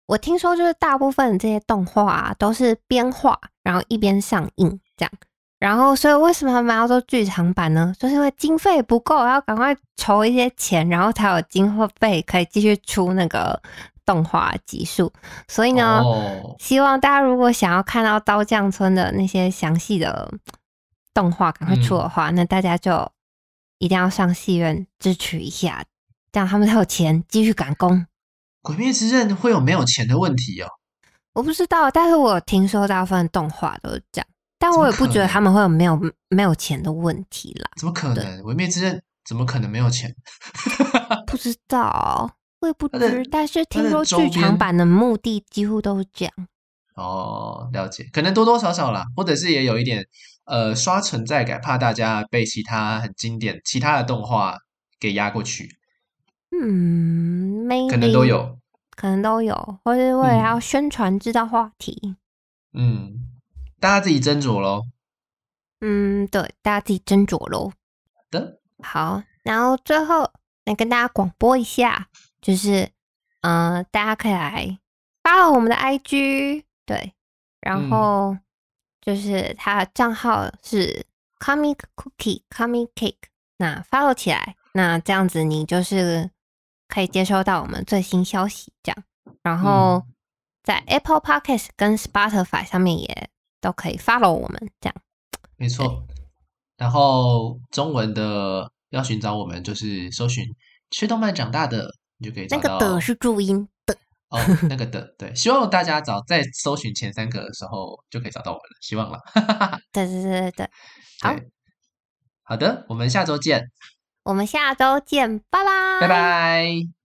[SPEAKER 1] 我听说就是大部分这些动画、啊、都是边画然后一边上映这样，然后所以为什么他们要做剧场版呢？就是因为经费不够，要赶快筹一些钱，然后才有经费可以继续出那个动画集数。所以呢，
[SPEAKER 2] 哦，
[SPEAKER 1] 希望大家如果想要看到刀匠村的那些详细的动画，赶快出的话，那大家就一定要上戏院支持一下，这样他们才有钱继续赶工。
[SPEAKER 2] 《鬼灭之刃》会有没有钱的问题哦？
[SPEAKER 1] 我不知道，但是我有听说大部分动画都是这样，但我也
[SPEAKER 2] 怎么可
[SPEAKER 1] 不
[SPEAKER 2] 能
[SPEAKER 1] 觉得他们会有没有没有钱的问题啦，
[SPEAKER 2] 怎么可能？《鬼灭之刃》怎么可能没有钱？
[SPEAKER 1] 不知道，我也不
[SPEAKER 2] 啊它的
[SPEAKER 1] 知，但是
[SPEAKER 2] 它的
[SPEAKER 1] 听说
[SPEAKER 2] 周
[SPEAKER 1] 剧
[SPEAKER 2] 边
[SPEAKER 1] 场版的目的几乎都是这样。
[SPEAKER 2] 哦，了解，可能多多少少啦，或者是也有一点呃刷存在感，怕大家被其他很经典、其他的动画给压过去，
[SPEAKER 1] 嗯，maybe
[SPEAKER 2] 可能都，有。
[SPEAKER 1] 可能都有，或是为了
[SPEAKER 2] 嗯
[SPEAKER 1] 要宣传制造话题。
[SPEAKER 2] 嗯，大家自己斟酌喽。
[SPEAKER 1] 嗯，对，大家自己斟酌喽。
[SPEAKER 2] 好的，
[SPEAKER 1] 好，然后最后来跟大家广播一下，就是，呃，大家可以来 follow 我们的 IG，对，然
[SPEAKER 2] 嗯
[SPEAKER 1] 后就是他的账号是 comic cookie comic cake，那 follow 起来，那这样子你就是可以接收到我们最新消息，这样，然后在 Apple Podcast 跟 Spotify 上面也都可以 follow 我们，这样。
[SPEAKER 2] 没错。然后中文的要寻找我们，就是搜寻“吃动漫长大的”，哦你就可以
[SPEAKER 1] 那
[SPEAKER 2] 找
[SPEAKER 1] 个
[SPEAKER 2] 到。
[SPEAKER 1] 的是注音的，
[SPEAKER 2] 哦，那个的，对，希望大家找在搜寻前三个的时候就可以找到我们了，希望啦。
[SPEAKER 1] 对对对对对。好
[SPEAKER 2] 对，好的，我们下周见，
[SPEAKER 1] 我们下周见，拜拜，
[SPEAKER 2] 拜拜。